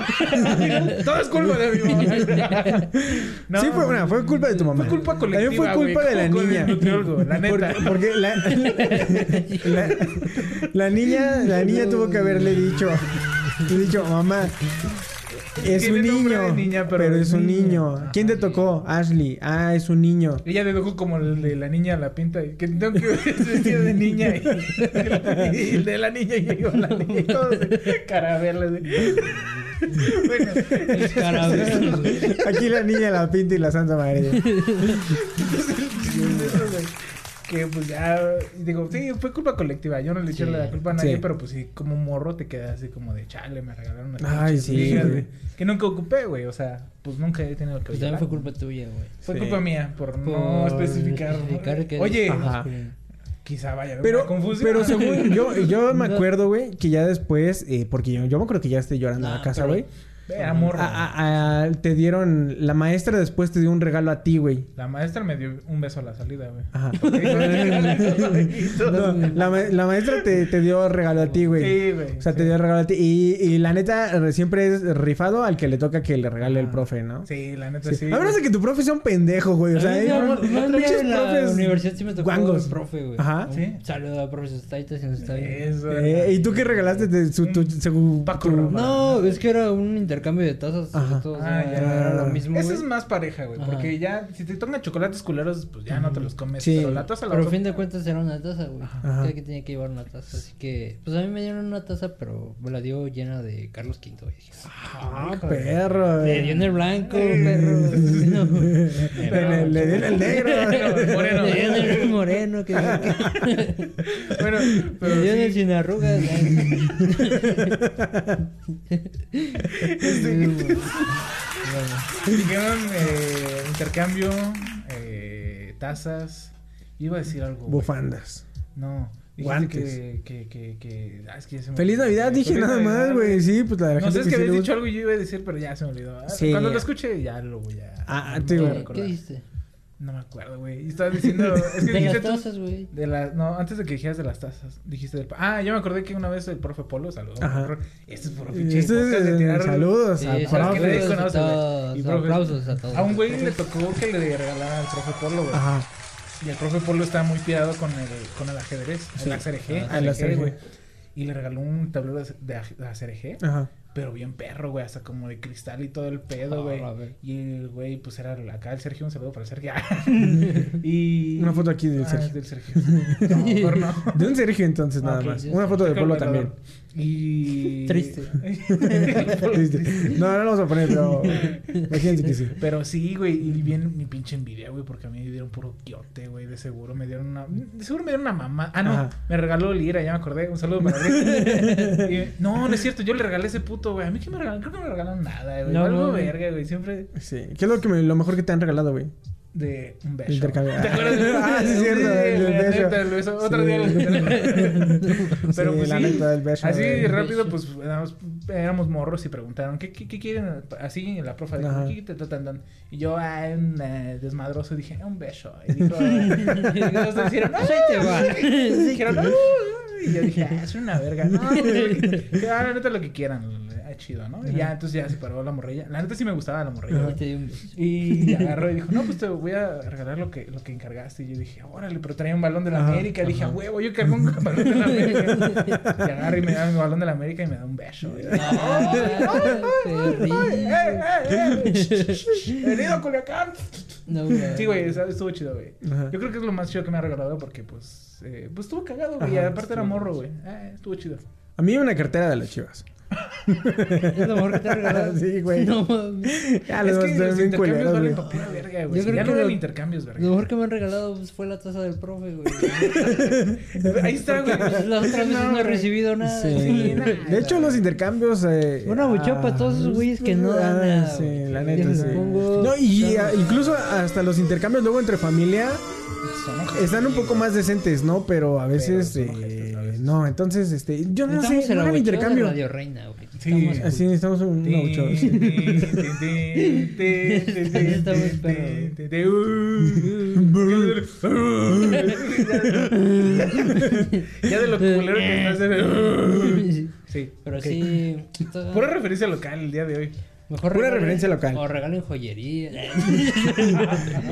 Speaker 5: Todo es culpa de mi mamá. No,
Speaker 4: sí, fue, bueno, fue culpa de tu mamá.
Speaker 5: Fue culpa colectiva,
Speaker 4: También fue culpa de
Speaker 5: güey,
Speaker 4: la
Speaker 5: con el
Speaker 4: niña.
Speaker 5: nutriólogo, la neta.
Speaker 4: Porque, porque la, la, la niña, la niña tuvo que haberle dicho, dicho, mamá, Es un
Speaker 5: Tiene nombre
Speaker 4: niño.
Speaker 5: de niña,
Speaker 4: pero,
Speaker 5: pero
Speaker 4: es
Speaker 5: es
Speaker 4: un
Speaker 5: niño.
Speaker 4: niño. ¿Quién te tocó? Ashley. Ah, es un niño.
Speaker 5: Ella dedujo como el de la niña a la pinta. y Que tengo que ver ese vestido de niña. Y, y el de la niña y yo la niña. Y todos de carabela. de- Bueno,
Speaker 6: El carabelo,
Speaker 4: Pues
Speaker 6: güey.
Speaker 4: Aquí la niña, la pinta y la Santa María.
Speaker 5: eso, güey, Que pues ya, y digo, sí, fue culpa colectiva. Yo no le eché
Speaker 6: Sí.
Speaker 5: la culpa a nadie,
Speaker 4: Sí.
Speaker 5: pero pues sí, como morro te quedas así como de chale, me regalaron unas
Speaker 4: Ay,
Speaker 5: pinches
Speaker 4: sí,
Speaker 5: ligas,
Speaker 4: güey.
Speaker 5: güey, Que nunca ocupé, güey. O sea, pues nunca he tenido que
Speaker 6: Pues también
Speaker 5: ocupar.
Speaker 6: fue culpa tuya, güey.
Speaker 5: Fue
Speaker 4: Sí.
Speaker 5: culpa mía por, no
Speaker 6: Por
Speaker 5: especificar.
Speaker 6: especificar que-
Speaker 5: Oye,
Speaker 4: Ajá.
Speaker 5: quizá vaya a haber
Speaker 4: Pero,
Speaker 5: una confusión.
Speaker 4: pero según yo, yo me
Speaker 6: No.
Speaker 4: acuerdo, güey, que ya después, eh, porque yo, yo me acuerdo que ya estoy llorando en la
Speaker 6: No,
Speaker 4: casa,
Speaker 6: Ah, pero-
Speaker 4: güey.
Speaker 5: Era morro.
Speaker 4: Ah, A- a- a- te dieron, la maestra después te dio un regalo a ti, güey.
Speaker 5: La maestra me dio un beso a la salida, güey.
Speaker 4: Ajá.
Speaker 5: No,
Speaker 4: No, la, ma- la maestra te, te dio regalo a ti, güey.
Speaker 5: Sí, güey,
Speaker 4: O sea, te
Speaker 5: sí.
Speaker 4: dio regalo a ti. Y, y la neta, eh, siempre es rifado al que le toca que le regale el profe, ¿no?
Speaker 5: Ah. Sí, la neta
Speaker 4: Sí.
Speaker 5: sí.
Speaker 4: A menos de que tu profe sea un pendejo, güey. O sea, hay
Speaker 6: no,
Speaker 4: profe-
Speaker 6: no,
Speaker 4: muchos
Speaker 6: en la
Speaker 4: profes
Speaker 6: universidad sí me tocó
Speaker 4: guangos.
Speaker 6: un profe, güey.
Speaker 4: Ajá.
Speaker 6: Un
Speaker 5: Sí.
Speaker 6: Saludo a profesor Taita si nos está viendo.
Speaker 5: Eso,
Speaker 4: Eh, ¿Y tú qué regalaste? De su, tu,
Speaker 5: Un
Speaker 4: según
Speaker 5: Mm. Paco
Speaker 4: tu-
Speaker 5: Rabanne.
Speaker 6: No, es que era un intercambio de tazas.
Speaker 4: Ajá.
Speaker 6: sobre todo, o sea,
Speaker 5: Ah, ya.
Speaker 6: Era lo mismo,
Speaker 5: Eso
Speaker 6: güey.
Speaker 5: es más pareja, güey.
Speaker 6: Ajá.
Speaker 5: Porque ya, si te tocan chocolates culeros, pues ya no te los comes.
Speaker 4: Sí.
Speaker 5: Pero la taza la
Speaker 6: Pero a
Speaker 5: vas a-
Speaker 6: fin de cuentas era una taza, güey.
Speaker 4: Ajá.
Speaker 6: Cada que tenía que llevar una taza. Así que, pues a mí me dieron una taza, pero me la dio llena de Carlos V. güey.
Speaker 4: Ah, perro. eh.
Speaker 6: Me dio en el blanco, perro. No, güey.
Speaker 4: Le, le dio en el negro.
Speaker 5: Moreno.
Speaker 6: Me dio en el moreno. Que, que-
Speaker 5: Bueno, pero
Speaker 6: me dio en
Speaker 5: sí.
Speaker 6: el sin arrugas. ¿eh? ay.
Speaker 5: Dijeron eh, intercambio, eh, tazas. Iba a decir algo. güey.
Speaker 4: Bufandas.
Speaker 5: No. dijiste
Speaker 4: Guantes.
Speaker 5: Que, que, que, que- ah, es que ya se me
Speaker 4: Feliz
Speaker 5: olvidó.
Speaker 4: Navidad, dije
Speaker 5: Feliz
Speaker 4: nada
Speaker 5: Navidad,
Speaker 4: más, güey. Sí, pues la de la
Speaker 5: No
Speaker 4: gente
Speaker 5: sé, es que
Speaker 4: sí
Speaker 5: habías
Speaker 4: le gusta.
Speaker 5: dicho algo y yo iba a decir, pero ya se me olvidó. Ah,
Speaker 4: Sí,
Speaker 5: Cuando
Speaker 4: ya.
Speaker 5: lo escuche, ya lo voy a.
Speaker 4: Ah,
Speaker 5: no
Speaker 4: te
Speaker 5: lo
Speaker 4: iba-
Speaker 5: voy a
Speaker 6: ¿Qué,
Speaker 5: recordar.
Speaker 6: ¿Qué dijiste?
Speaker 5: No me acuerdo, güey. Y estabas diciendo. Es que
Speaker 6: De
Speaker 5: dijiste
Speaker 6: las
Speaker 5: tú-
Speaker 6: tazas, güey.
Speaker 5: de la- no, antes de que dijeras de las tazas, dijiste del. pa- Ah, yo me acordé que una vez el profe Polo saludó.
Speaker 4: Ajá.
Speaker 5: Pro- Este es puro
Speaker 4: Y
Speaker 5: pinche.
Speaker 4: esto es,
Speaker 5: podcast de
Speaker 4: eh,
Speaker 5: tirar-
Speaker 4: saludos
Speaker 6: Sí,
Speaker 4: a
Speaker 6: saludos
Speaker 5: Para que nadie
Speaker 4: profes.
Speaker 6: a
Speaker 5: conoce, güey.
Speaker 6: todos,
Speaker 5: Y profe-
Speaker 6: aplausos a todos.
Speaker 5: A un güey le tocó que le regalaran al profe Polo, güey.
Speaker 4: Ajá.
Speaker 5: Y el profe Polo está muy piado con el, con el ajedrez,
Speaker 4: Sí.
Speaker 5: el ACRG.
Speaker 4: Ah, el ACRG.
Speaker 5: güey. Y le regaló un tablero de, de aj- de ACRG,
Speaker 4: Ajá.
Speaker 5: pero bien perro, güey, hasta como de cristal y todo el pedo,
Speaker 6: Ah,
Speaker 5: güey.
Speaker 6: a ver.
Speaker 5: y el güey, pues era el- acá el Sergio, un saludo para el Sergio. y...
Speaker 4: Una foto aquí del
Speaker 5: Ah,
Speaker 4: Sergio.
Speaker 5: del Sergio. No, mejor no.
Speaker 4: De un Sergio entonces
Speaker 5: Ah,
Speaker 4: nada
Speaker 5: ok,
Speaker 4: más.
Speaker 6: sí.
Speaker 4: Una foto de Polo también.
Speaker 5: Y...
Speaker 6: Triste.
Speaker 4: Triste. No, no lo vamos a poner, pero imagínense que sí.
Speaker 5: Pero sí, güey, y bien mi pinche envidia, güey, porque a mí me dieron puro quiote, güey, de seguro me dieron una... De seguro me dieron una mamá. Ah, no,
Speaker 4: Ajá.
Speaker 5: me regaló Lira, ya me acordé. Un saludo para Lira. Y, no, no es cierto, yo le regalé ese puto, güey. A mí que me regalaron, creo que no me regalaron nada, güey.
Speaker 6: No,
Speaker 5: Algo
Speaker 6: no, güey.
Speaker 5: verga, güey, siempre
Speaker 4: Sí. ¿Qué es lo, que me- lo mejor que te han regalado, güey?
Speaker 5: de un beso.
Speaker 4: Intercambio.
Speaker 5: ¿Te acuerdas? de-
Speaker 4: Ah, sí, es cierto, el
Speaker 5: la
Speaker 4: beso.
Speaker 5: neta, el beso. Otro
Speaker 4: Sí.
Speaker 5: día lo Pero
Speaker 4: Sí,
Speaker 5: pues
Speaker 4: la
Speaker 5: sí,
Speaker 4: neta, el beso,
Speaker 5: así
Speaker 4: güey.
Speaker 5: rápido, pues éramos, éramos morros y preguntaron, ¿qué, qué, qué quieren? Así en la profa dijo,
Speaker 4: Ajá.
Speaker 5: ¿qué te tratan? dan?" Y yo, ah, en, eh, desmadroso, dije, un beso. Y dijo, y los dos dijeron, ¡ah!
Speaker 6: Pues Ahí te va.
Speaker 5: Y dijeron, "Ah". Y yo dije, ah, es una verga. No, güey, que- ah, la neta lo que quieran, ah, chido, ¿no? Y ya, entonces ya se paró la morrilla. La neta sí me gustaba la morrilla.
Speaker 6: Y
Speaker 5: güey.
Speaker 6: te di un beso.
Speaker 5: Y agarró y dijo, no, pues te voy a regalar lo que, lo que encargaste. Y yo dije, órale, pero traía un balón de la
Speaker 4: Ajá,
Speaker 5: América. Dije, a huevo, yo cargo un balón de la América. y agarra y me da mi balón de la América y me da un beso. Y yo,
Speaker 6: Ah, perrillo.
Speaker 5: ¡Eh, eh, eh! ¡Venido a Culiacán!
Speaker 6: No, güey.
Speaker 5: Sí, güey, esa- estuvo chido, güey.
Speaker 4: Ajá.
Speaker 5: Yo creo que es lo más chido que me ha regalado porque, pues, eh, pues estuvo cagado, güey. Y
Speaker 4: Ajá,
Speaker 5: aparte era
Speaker 4: estuvo
Speaker 5: morro, güey. Ah, estuvo chido.
Speaker 4: A mí una cartera de las chivas.
Speaker 6: Es lo mejor que te ha regalado.
Speaker 4: Sí, güey.
Speaker 6: No, mames.
Speaker 4: Ya
Speaker 5: es
Speaker 4: Ah, los
Speaker 5: que
Speaker 4: dos
Speaker 5: los
Speaker 4: bien
Speaker 5: intercambios
Speaker 4: culeros,
Speaker 5: valen
Speaker 4: güey.
Speaker 5: pa' pura verga,
Speaker 6: Yo
Speaker 5: güey.
Speaker 6: creo
Speaker 5: Ya no
Speaker 6: que
Speaker 5: valen
Speaker 6: lo-
Speaker 5: intercambios,
Speaker 6: Lo
Speaker 5: verga.
Speaker 6: mejor que me han regalado pues, fue la taza del profe, güey.
Speaker 5: Ahí está, güey.
Speaker 6: Las otras veces no, he
Speaker 5: güey.
Speaker 6: recibido nada.
Speaker 4: Sí.
Speaker 5: nada.
Speaker 4: De hecho, los intercambios. Eh,
Speaker 6: Una buchopa a todos esos güeyes que no dan
Speaker 4: ah,
Speaker 6: nada,
Speaker 4: Sí,
Speaker 6: güey.
Speaker 4: la
Speaker 6: Yo
Speaker 4: neta,
Speaker 6: les
Speaker 4: sí.
Speaker 6: pongo-
Speaker 4: No, y ah, incluso hasta los intercambios luego entre familia
Speaker 5: Son ojetes,
Speaker 4: están un poco más decentes, ¿no? Pero a veces.
Speaker 5: son ojetes, a
Speaker 4: eh,
Speaker 5: veces.
Speaker 4: no, entonces, este. Yo no
Speaker 6: Estamos
Speaker 4: sé,
Speaker 6: en
Speaker 4: no
Speaker 6: la buchola
Speaker 4: hagan
Speaker 6: de
Speaker 4: intercambio.
Speaker 6: Radio Reina, güey.
Speaker 5: Sí.
Speaker 6: Estamos
Speaker 4: Así necesitamos un una buchola, sí.
Speaker 5: uh. Ya de lo culero que estás. eh.
Speaker 6: cool.
Speaker 5: Sí.
Speaker 6: Pero sí. todo-
Speaker 5: Pura referencia local el día de hoy.
Speaker 6: Mejor
Speaker 4: Pura referencia local.
Speaker 6: O regalen joyería.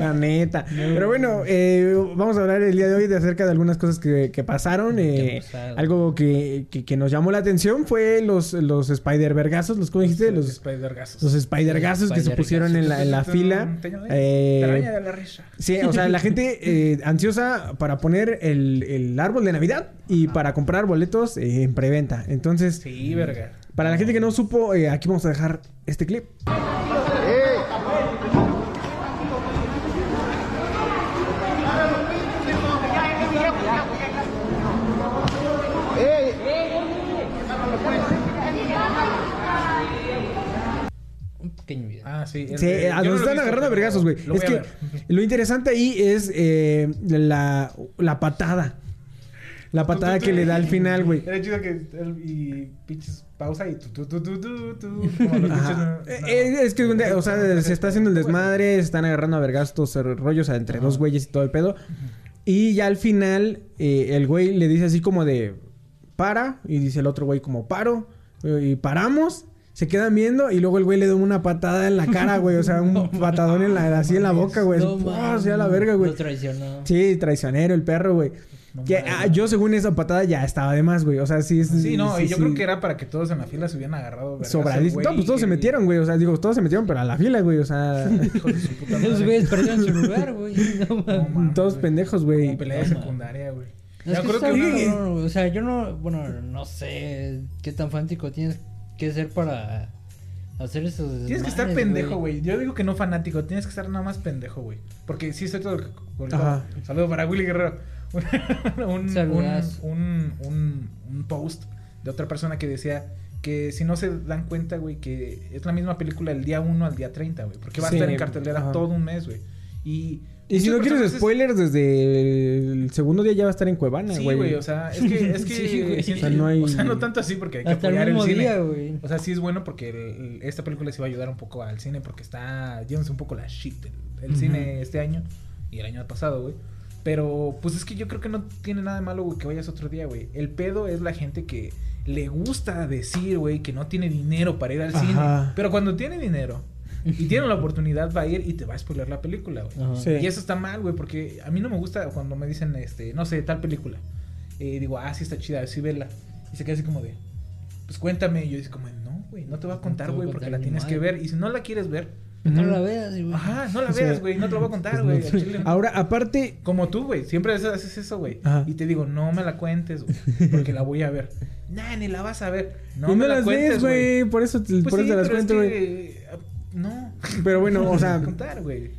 Speaker 4: La neta. Pero bueno, eh, vamos a hablar el día de hoy de acerca de algunas cosas que, que pasaron.
Speaker 6: Que
Speaker 4: eh,
Speaker 6: pasaron.
Speaker 4: Algo que, que- que nos llamó la atención fue los, los Spider-Vergazos, los, ¿cómo dijiste?
Speaker 5: Los
Speaker 4: Los,
Speaker 5: Spider-Gazos.
Speaker 4: los Spider-Gazos que se pusieron en la, en la fila. Eh,
Speaker 5: Araña de la risa.
Speaker 4: Sí, o sea, la gente eh, ansiosa para poner el, el árbol de Navidad y para comprar boletos eh, en preventa. Entonces,
Speaker 5: Sí, verga.
Speaker 4: para la gente que no supo, eh, aquí vamos a dejar este clip.
Speaker 6: Un pequeño video.
Speaker 5: Ah, sí. el-
Speaker 4: Sí,
Speaker 5: eh,
Speaker 4: eh, a donde
Speaker 5: yo no lo he
Speaker 4: están
Speaker 5: visto,
Speaker 4: agarrando a
Speaker 5: pero
Speaker 4: vergazos, güey.
Speaker 5: lo
Speaker 4: Es
Speaker 5: voy a
Speaker 4: que
Speaker 5: ver.
Speaker 4: lo interesante ahí es eh, la, la patada. La patada que le da al final, güey.
Speaker 5: Era chido que. el- y pinches pausa y tu, tu, tu, tu, tu, tu, Como los pinches.
Speaker 4: Ajá.
Speaker 5: no-
Speaker 4: Eh,
Speaker 5: no.
Speaker 4: eh, Es que, un día, o sea, se está haciendo el desmadre, se están agarrando a vergastos, eh, rollos entre dos güeyes y todo el pedo. Y ya al final, eh, el güey le dice así como de, para, y dice el otro güey como, paro, eh, y paramos. Se quedan viendo y luego el güey le da una patada en la cara, güey. O sea, un patadón en la, así en la boca, güey.
Speaker 6: No
Speaker 4: ¡Pah!
Speaker 6: mames,
Speaker 4: Así pues, a la verga, güey.
Speaker 6: Lo traicionó.
Speaker 4: Sí, traicionero el perro, güey. Que,
Speaker 6: mames.
Speaker 4: ah, yo según esa patada ya estaba de más, güey. O sea, sí es...
Speaker 5: Sí, no, y yo
Speaker 4: sí.
Speaker 5: creo que era para que todos en la fila se hubieran agarrado. vergazos,
Speaker 4: Sobradísimo.
Speaker 5: güey,
Speaker 4: No, pues todos
Speaker 5: que-
Speaker 4: se metieron, güey. O sea, digo, todos se metieron, pero a la fila, güey. O sea,
Speaker 5: Hijo de su puta madre.
Speaker 6: Esos güeyes perdieron su lugar, güey. No
Speaker 5: No
Speaker 6: mames.
Speaker 5: mames,
Speaker 4: todos
Speaker 5: güey.
Speaker 4: pendejos, güey.
Speaker 5: Como pelea de
Speaker 6: No mames.
Speaker 5: secundaria, güey.
Speaker 6: No, es
Speaker 5: Me
Speaker 6: que
Speaker 5: acuerdo
Speaker 6: está
Speaker 5: que una-
Speaker 6: bien cabrón, güey. O sea, yo no, bueno, no sé qué tan fanático tienes que ser para hacer esos
Speaker 5: Tienes que estar pendejo, güey. Yo digo que no fanático, tienes que estar nada más pendejo, güey. Porque sí soy todo
Speaker 4: Ajá.
Speaker 5: Saludo para Willy Guerrero. un, un,
Speaker 6: Saludazo.
Speaker 5: un, un, un post de otra persona que decía que si no se dan cuenta, güey, que es la misma película del día 1 al día 30, güey. Porque va
Speaker 4: Sí,
Speaker 5: a estar en cartelera
Speaker 4: ajá.
Speaker 5: todo un mes, güey. Y,
Speaker 4: Y si
Speaker 5: muchas
Speaker 4: no quieres
Speaker 5: personas es-
Speaker 4: spoilers, desde el segundo día ya va a estar en Cuevana,
Speaker 5: Sí,
Speaker 4: güey.
Speaker 5: güey, o sea, es que, es que
Speaker 6: Sí, güey.
Speaker 5: siento-
Speaker 4: O sea, no hay-
Speaker 5: o sea, no tanto así porque hay que
Speaker 6: Hasta el
Speaker 5: apoyar el,
Speaker 6: mismo
Speaker 5: cine.
Speaker 6: día, güey.
Speaker 5: O sea, sí es bueno porque el- el- esta película sí va a ayudar un poco al cine porque está llevándose un poco la shit el, el cine este año y el año pasado, güey. Pero pues es que yo creo que no tiene nada de malo, güey, que vayas otro día, güey. El pedo es la gente que le gusta decir, güey, que no tiene dinero para ir al
Speaker 4: Ajá.
Speaker 5: cine. Pero cuando tiene dinero y tiene la oportunidad va a ir y te va a spoiler la película, güey.
Speaker 6: Ajá.
Speaker 4: Sí.
Speaker 5: Y eso está mal, güey, porque a mí no me gusta cuando me dicen, este, no sé, tal película. Eh, digo, ah, sí está chida, sí vela. Y se queda así como de, pues cuéntame. Y yo digo, como, no, güey, no te voy a contar,
Speaker 6: voy a
Speaker 5: güey, porque
Speaker 6: contar
Speaker 5: la
Speaker 6: ni
Speaker 5: tienes que
Speaker 6: madre.
Speaker 5: ver. Y si no la quieres ver,
Speaker 6: No la veas, güey.
Speaker 5: ajá, no la
Speaker 4: Mm. Sí. Pues
Speaker 5: veas, güey, no te lo voy a contar, güey. al chile.
Speaker 4: Ahora, aparte,
Speaker 5: Como tú, güey, siempre haces- haces eso, güey.
Speaker 4: Ajá.
Speaker 5: Y te digo, no me la cuentes, güey, porque la voy a ver. Nah, ni la vas a ver. No,
Speaker 4: y Pues
Speaker 5: me
Speaker 4: no
Speaker 5: la
Speaker 4: las
Speaker 5: cuentes,
Speaker 4: ves, güey. Por eso, te-
Speaker 5: Pues
Speaker 4: por
Speaker 5: sí,
Speaker 4: eso te las
Speaker 5: pero es
Speaker 4: cuento, güey.
Speaker 5: que, ah, No.
Speaker 4: Pero bueno, o sea,
Speaker 5: Te voy a contar, güey.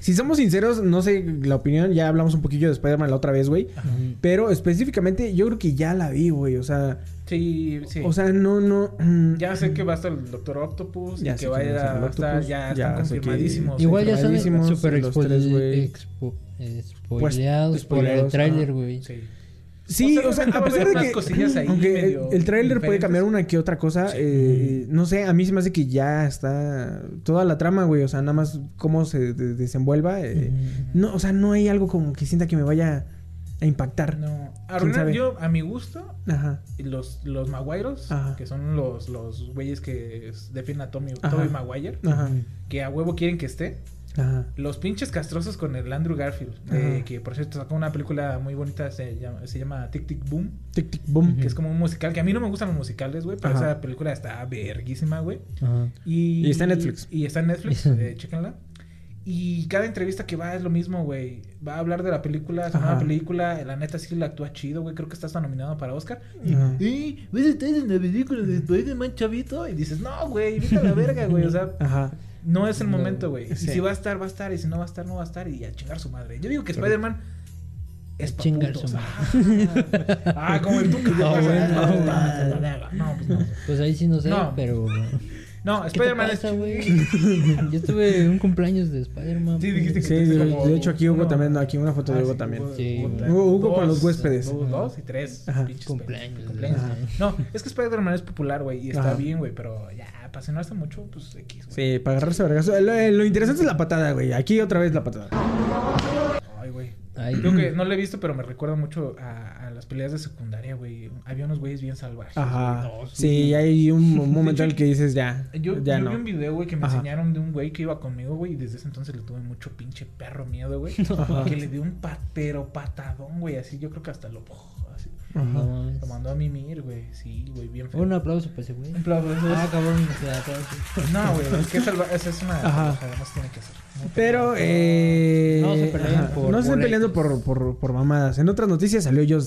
Speaker 4: si somos sinceros, no sé la opinión. Ya hablamos un poquillo de Spider-Man la otra vez, güey. Pero específicamente, yo creo que ya la vi, güey. O sea,
Speaker 5: Sí, sí.
Speaker 4: o sea, no, no. mm,
Speaker 5: Ya sé que va a estar el Doctor Octopus
Speaker 4: Ya
Speaker 5: y
Speaker 4: sé
Speaker 5: que
Speaker 4: que
Speaker 5: va a
Speaker 4: va a
Speaker 5: ir
Speaker 4: estar el
Speaker 5: a estar,
Speaker 4: Octopus,
Speaker 5: ya
Speaker 4: ya
Speaker 5: están
Speaker 4: sé que-
Speaker 5: confirmadísimos.
Speaker 6: Igual ya están
Speaker 4: Clavadísimos
Speaker 6: super
Speaker 4: los tres, güey.
Speaker 6: spoile- expo- eh, spoileados por el
Speaker 4: spoileados,
Speaker 6: tráiler,
Speaker 4: ajá.
Speaker 6: güey.
Speaker 5: Sí.
Speaker 4: Sí,
Speaker 5: O sea,
Speaker 4: o sea,
Speaker 5: realmente
Speaker 4: a
Speaker 5: va a
Speaker 4: pesar
Speaker 5: haber
Speaker 4: de
Speaker 5: unas
Speaker 4: que.
Speaker 5: cosillas ahí
Speaker 4: aunque el-
Speaker 5: medio
Speaker 4: el tráiler puede
Speaker 5: diferentes.
Speaker 4: cambiar una que otra cosa, eh, no sé, a mí se me hace que ya está toda la trama, güey. O sea, nada más cómo se de- desenvuelva. eh, no, o sea, no hay algo como que sienta que me vaya a impactar.
Speaker 5: No,
Speaker 4: ¿Quién
Speaker 5: arruinar
Speaker 4: sabe?
Speaker 5: yo, a mi gusto,
Speaker 4: Ajá.
Speaker 5: los, los Maguiros,
Speaker 4: Ajá.
Speaker 5: que son los, los güeyes que es- defienden a Tommy,
Speaker 4: Ajá.
Speaker 5: Toby Maguire,
Speaker 4: Ajá.
Speaker 5: que a huevo quieren que esté.
Speaker 4: Ajá.
Speaker 5: Los pinches castrosos con el Andrew Garfield, de-
Speaker 4: Ajá.
Speaker 5: que por cierto sacó una película muy bonita, se llama, se llama Tic Tic Boom,
Speaker 4: Tic, tic, boom.
Speaker 5: que es como un musical, que a mí no me gustan los musicales, güey, pero
Speaker 4: Ajá.
Speaker 5: esa película está verguísima, güey.
Speaker 6: Ajá.
Speaker 5: Y,
Speaker 4: Y está en Netflix.
Speaker 5: Y está en Netflix, eh, chéquenla. Y cada entrevista que va es lo mismo, güey. Va a hablar de la película, es una
Speaker 4: Ajá.
Speaker 5: película. La neta sí la actúa chido, güey. Creo que está hasta nominado para Oscar.
Speaker 4: Ajá.
Speaker 5: Y, güey, estás en la película de Spider-Man chavito. Y dices, no, güey, vete a la verga, güey. O sea,
Speaker 4: Ajá.
Speaker 5: no es el momento, güey. Y
Speaker 4: Sí.
Speaker 5: si va a estar, va a estar. Y si no va a estar, no va a estar. Y a chingar su madre. Yo digo que Spider-Man es
Speaker 6: A
Speaker 5: pa'
Speaker 6: chingar
Speaker 5: putos.
Speaker 6: su
Speaker 5: Ah, ah, como el Tuca.
Speaker 6: Ah, bueno.
Speaker 5: No, pues no.
Speaker 6: Pues ahí sí no sé,
Speaker 5: No.
Speaker 6: pero.
Speaker 5: No,
Speaker 6: ¿Qué te
Speaker 5: Spider-Man es
Speaker 6: pasa, güey? Yo tuve un cumpleaños de Spider-Man.
Speaker 5: Sí,
Speaker 6: güey.
Speaker 5: dijiste que
Speaker 4: Sí,
Speaker 5: tienes
Speaker 4: de-
Speaker 5: como
Speaker 4: de hecho, aquí Hugo
Speaker 5: uno-
Speaker 4: también, no, aquí una foto de Hugo también.
Speaker 6: Sí,
Speaker 5: Ah, Hugo,
Speaker 4: Hugo- Hugo
Speaker 5: dos,
Speaker 4: con los huéspedes.
Speaker 5: Hugo dos y tres.
Speaker 4: Ajá.
Speaker 5: pinches
Speaker 6: Cumpleaños,
Speaker 5: pe- cumpleaños.
Speaker 6: ajá.
Speaker 5: No, es que Spider-Man es popular, güey, y está
Speaker 4: Ajá.
Speaker 5: bien, güey, pero ya, para cenarse mucho, pues X, güey.
Speaker 4: Sí, para agarrarse a vergazo. Lo, lo interesante es la patada, güey. Aquí otra vez la patada.
Speaker 5: Ay, güey.
Speaker 6: Ay.
Speaker 5: Creo que no lo he visto, pero me recuerda mucho a, a las peleas de secundaria, güey. Había unos güeyes bien salvajes.
Speaker 4: Ajá.
Speaker 5: güey. pues, No,
Speaker 4: Sí, hay un un momento en el
Speaker 5: hecho,
Speaker 4: que dices ya.
Speaker 5: Yo,
Speaker 4: ya
Speaker 5: yo
Speaker 4: no.
Speaker 5: vi un video, güey, que me
Speaker 4: Ajá.
Speaker 5: enseñaron de un güey que iba conmigo, güey, y desde ese entonces le tuve mucho pinche perro miedo, güey. Que le dio un pat- pero patadón, güey, así yo creo que hasta lo... así.
Speaker 6: No
Speaker 4: Ajá.
Speaker 6: mames.
Speaker 5: Lo mandó a mimir, güey, sí, güey, bien feo.
Speaker 6: Un aplauso para ese güey.
Speaker 5: Un aplauso.
Speaker 6: Ah, cabrón, se da aplauso.
Speaker 5: Pues No, güey, es que salva- esa es una...
Speaker 4: Ajá.
Speaker 5: Ajá. Además tiene que ser. ¿no?
Speaker 4: Pero, eh.
Speaker 6: No se peleen
Speaker 4: ajá,
Speaker 6: por
Speaker 4: no se estén
Speaker 6: boletos.
Speaker 4: peleando por, por, por mamadas. En otras noticias salió yo.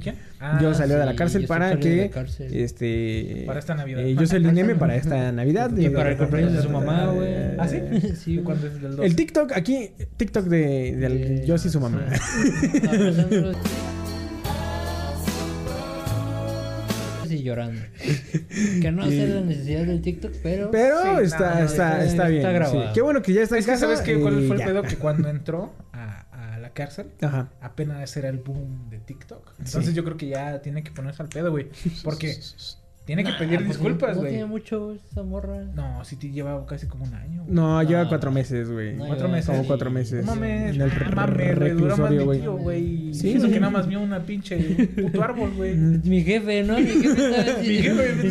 Speaker 5: ¿Quién? Ah,
Speaker 4: yo salió de
Speaker 6: sí,
Speaker 4: la cárcel
Speaker 6: Joss
Speaker 4: para
Speaker 6: salió de
Speaker 4: que.
Speaker 6: la cárcel.
Speaker 4: Este.
Speaker 5: Para esta Navidad.
Speaker 4: yo soy el Neme para esta Navidad. Eh,
Speaker 6: Y para el cumpleaños de su mamá, güey.
Speaker 5: ¿Ah, sí?
Speaker 6: Sí, güey.
Speaker 5: ¿Cuándo es del 12?
Speaker 4: El TikTok, aquí, TikTok de, del
Speaker 6: Eh,
Speaker 4: yo sí su mamá.
Speaker 6: Abrazándolo. Y llorando. Que no sé la necesidad del TikTok, pero. Ah,
Speaker 4: Pero
Speaker 5: Sí, no,
Speaker 4: está,
Speaker 6: está-
Speaker 4: está,
Speaker 5: no,
Speaker 4: está,
Speaker 6: está
Speaker 4: bien.
Speaker 6: grabado.
Speaker 4: sí. Qué bueno que ya está en
Speaker 5: Es que,
Speaker 4: casa.
Speaker 5: ¿sabes qué? ¿Cuál
Speaker 4: y
Speaker 5: fue el
Speaker 4: ya.
Speaker 5: pedo? Que cuando entró a, a la cárcel,
Speaker 4: Ajá.
Speaker 5: apenas era el boom de TikTok. Entonces yo creo que ya tiene que ponerse al pedo, güey. Porque tiene que
Speaker 6: Ah,
Speaker 5: pedir
Speaker 6: pues,
Speaker 5: disculpas,
Speaker 6: no
Speaker 5: güey.
Speaker 6: tiene mucho esa morra.
Speaker 5: No, sí te lleva casi como un año. güey.
Speaker 4: No, lleva
Speaker 6: No.
Speaker 4: cuatro meses, güey.
Speaker 6: No,
Speaker 5: Cuatro
Speaker 6: lleva
Speaker 5: meses.
Speaker 6: casi-
Speaker 4: Como cuatro meses.
Speaker 5: No mames,
Speaker 4: en el
Speaker 5: no mames, güey, duró más
Speaker 4: reclusorio,
Speaker 5: mi
Speaker 4: güey.
Speaker 5: tío, güey.
Speaker 4: Sí,
Speaker 5: Sí, eso
Speaker 4: güey.
Speaker 5: que nada más vio una pinche puto árbol, güey.
Speaker 6: Mi jefe, ¿no? Mi jefe está-
Speaker 5: Mi jefe,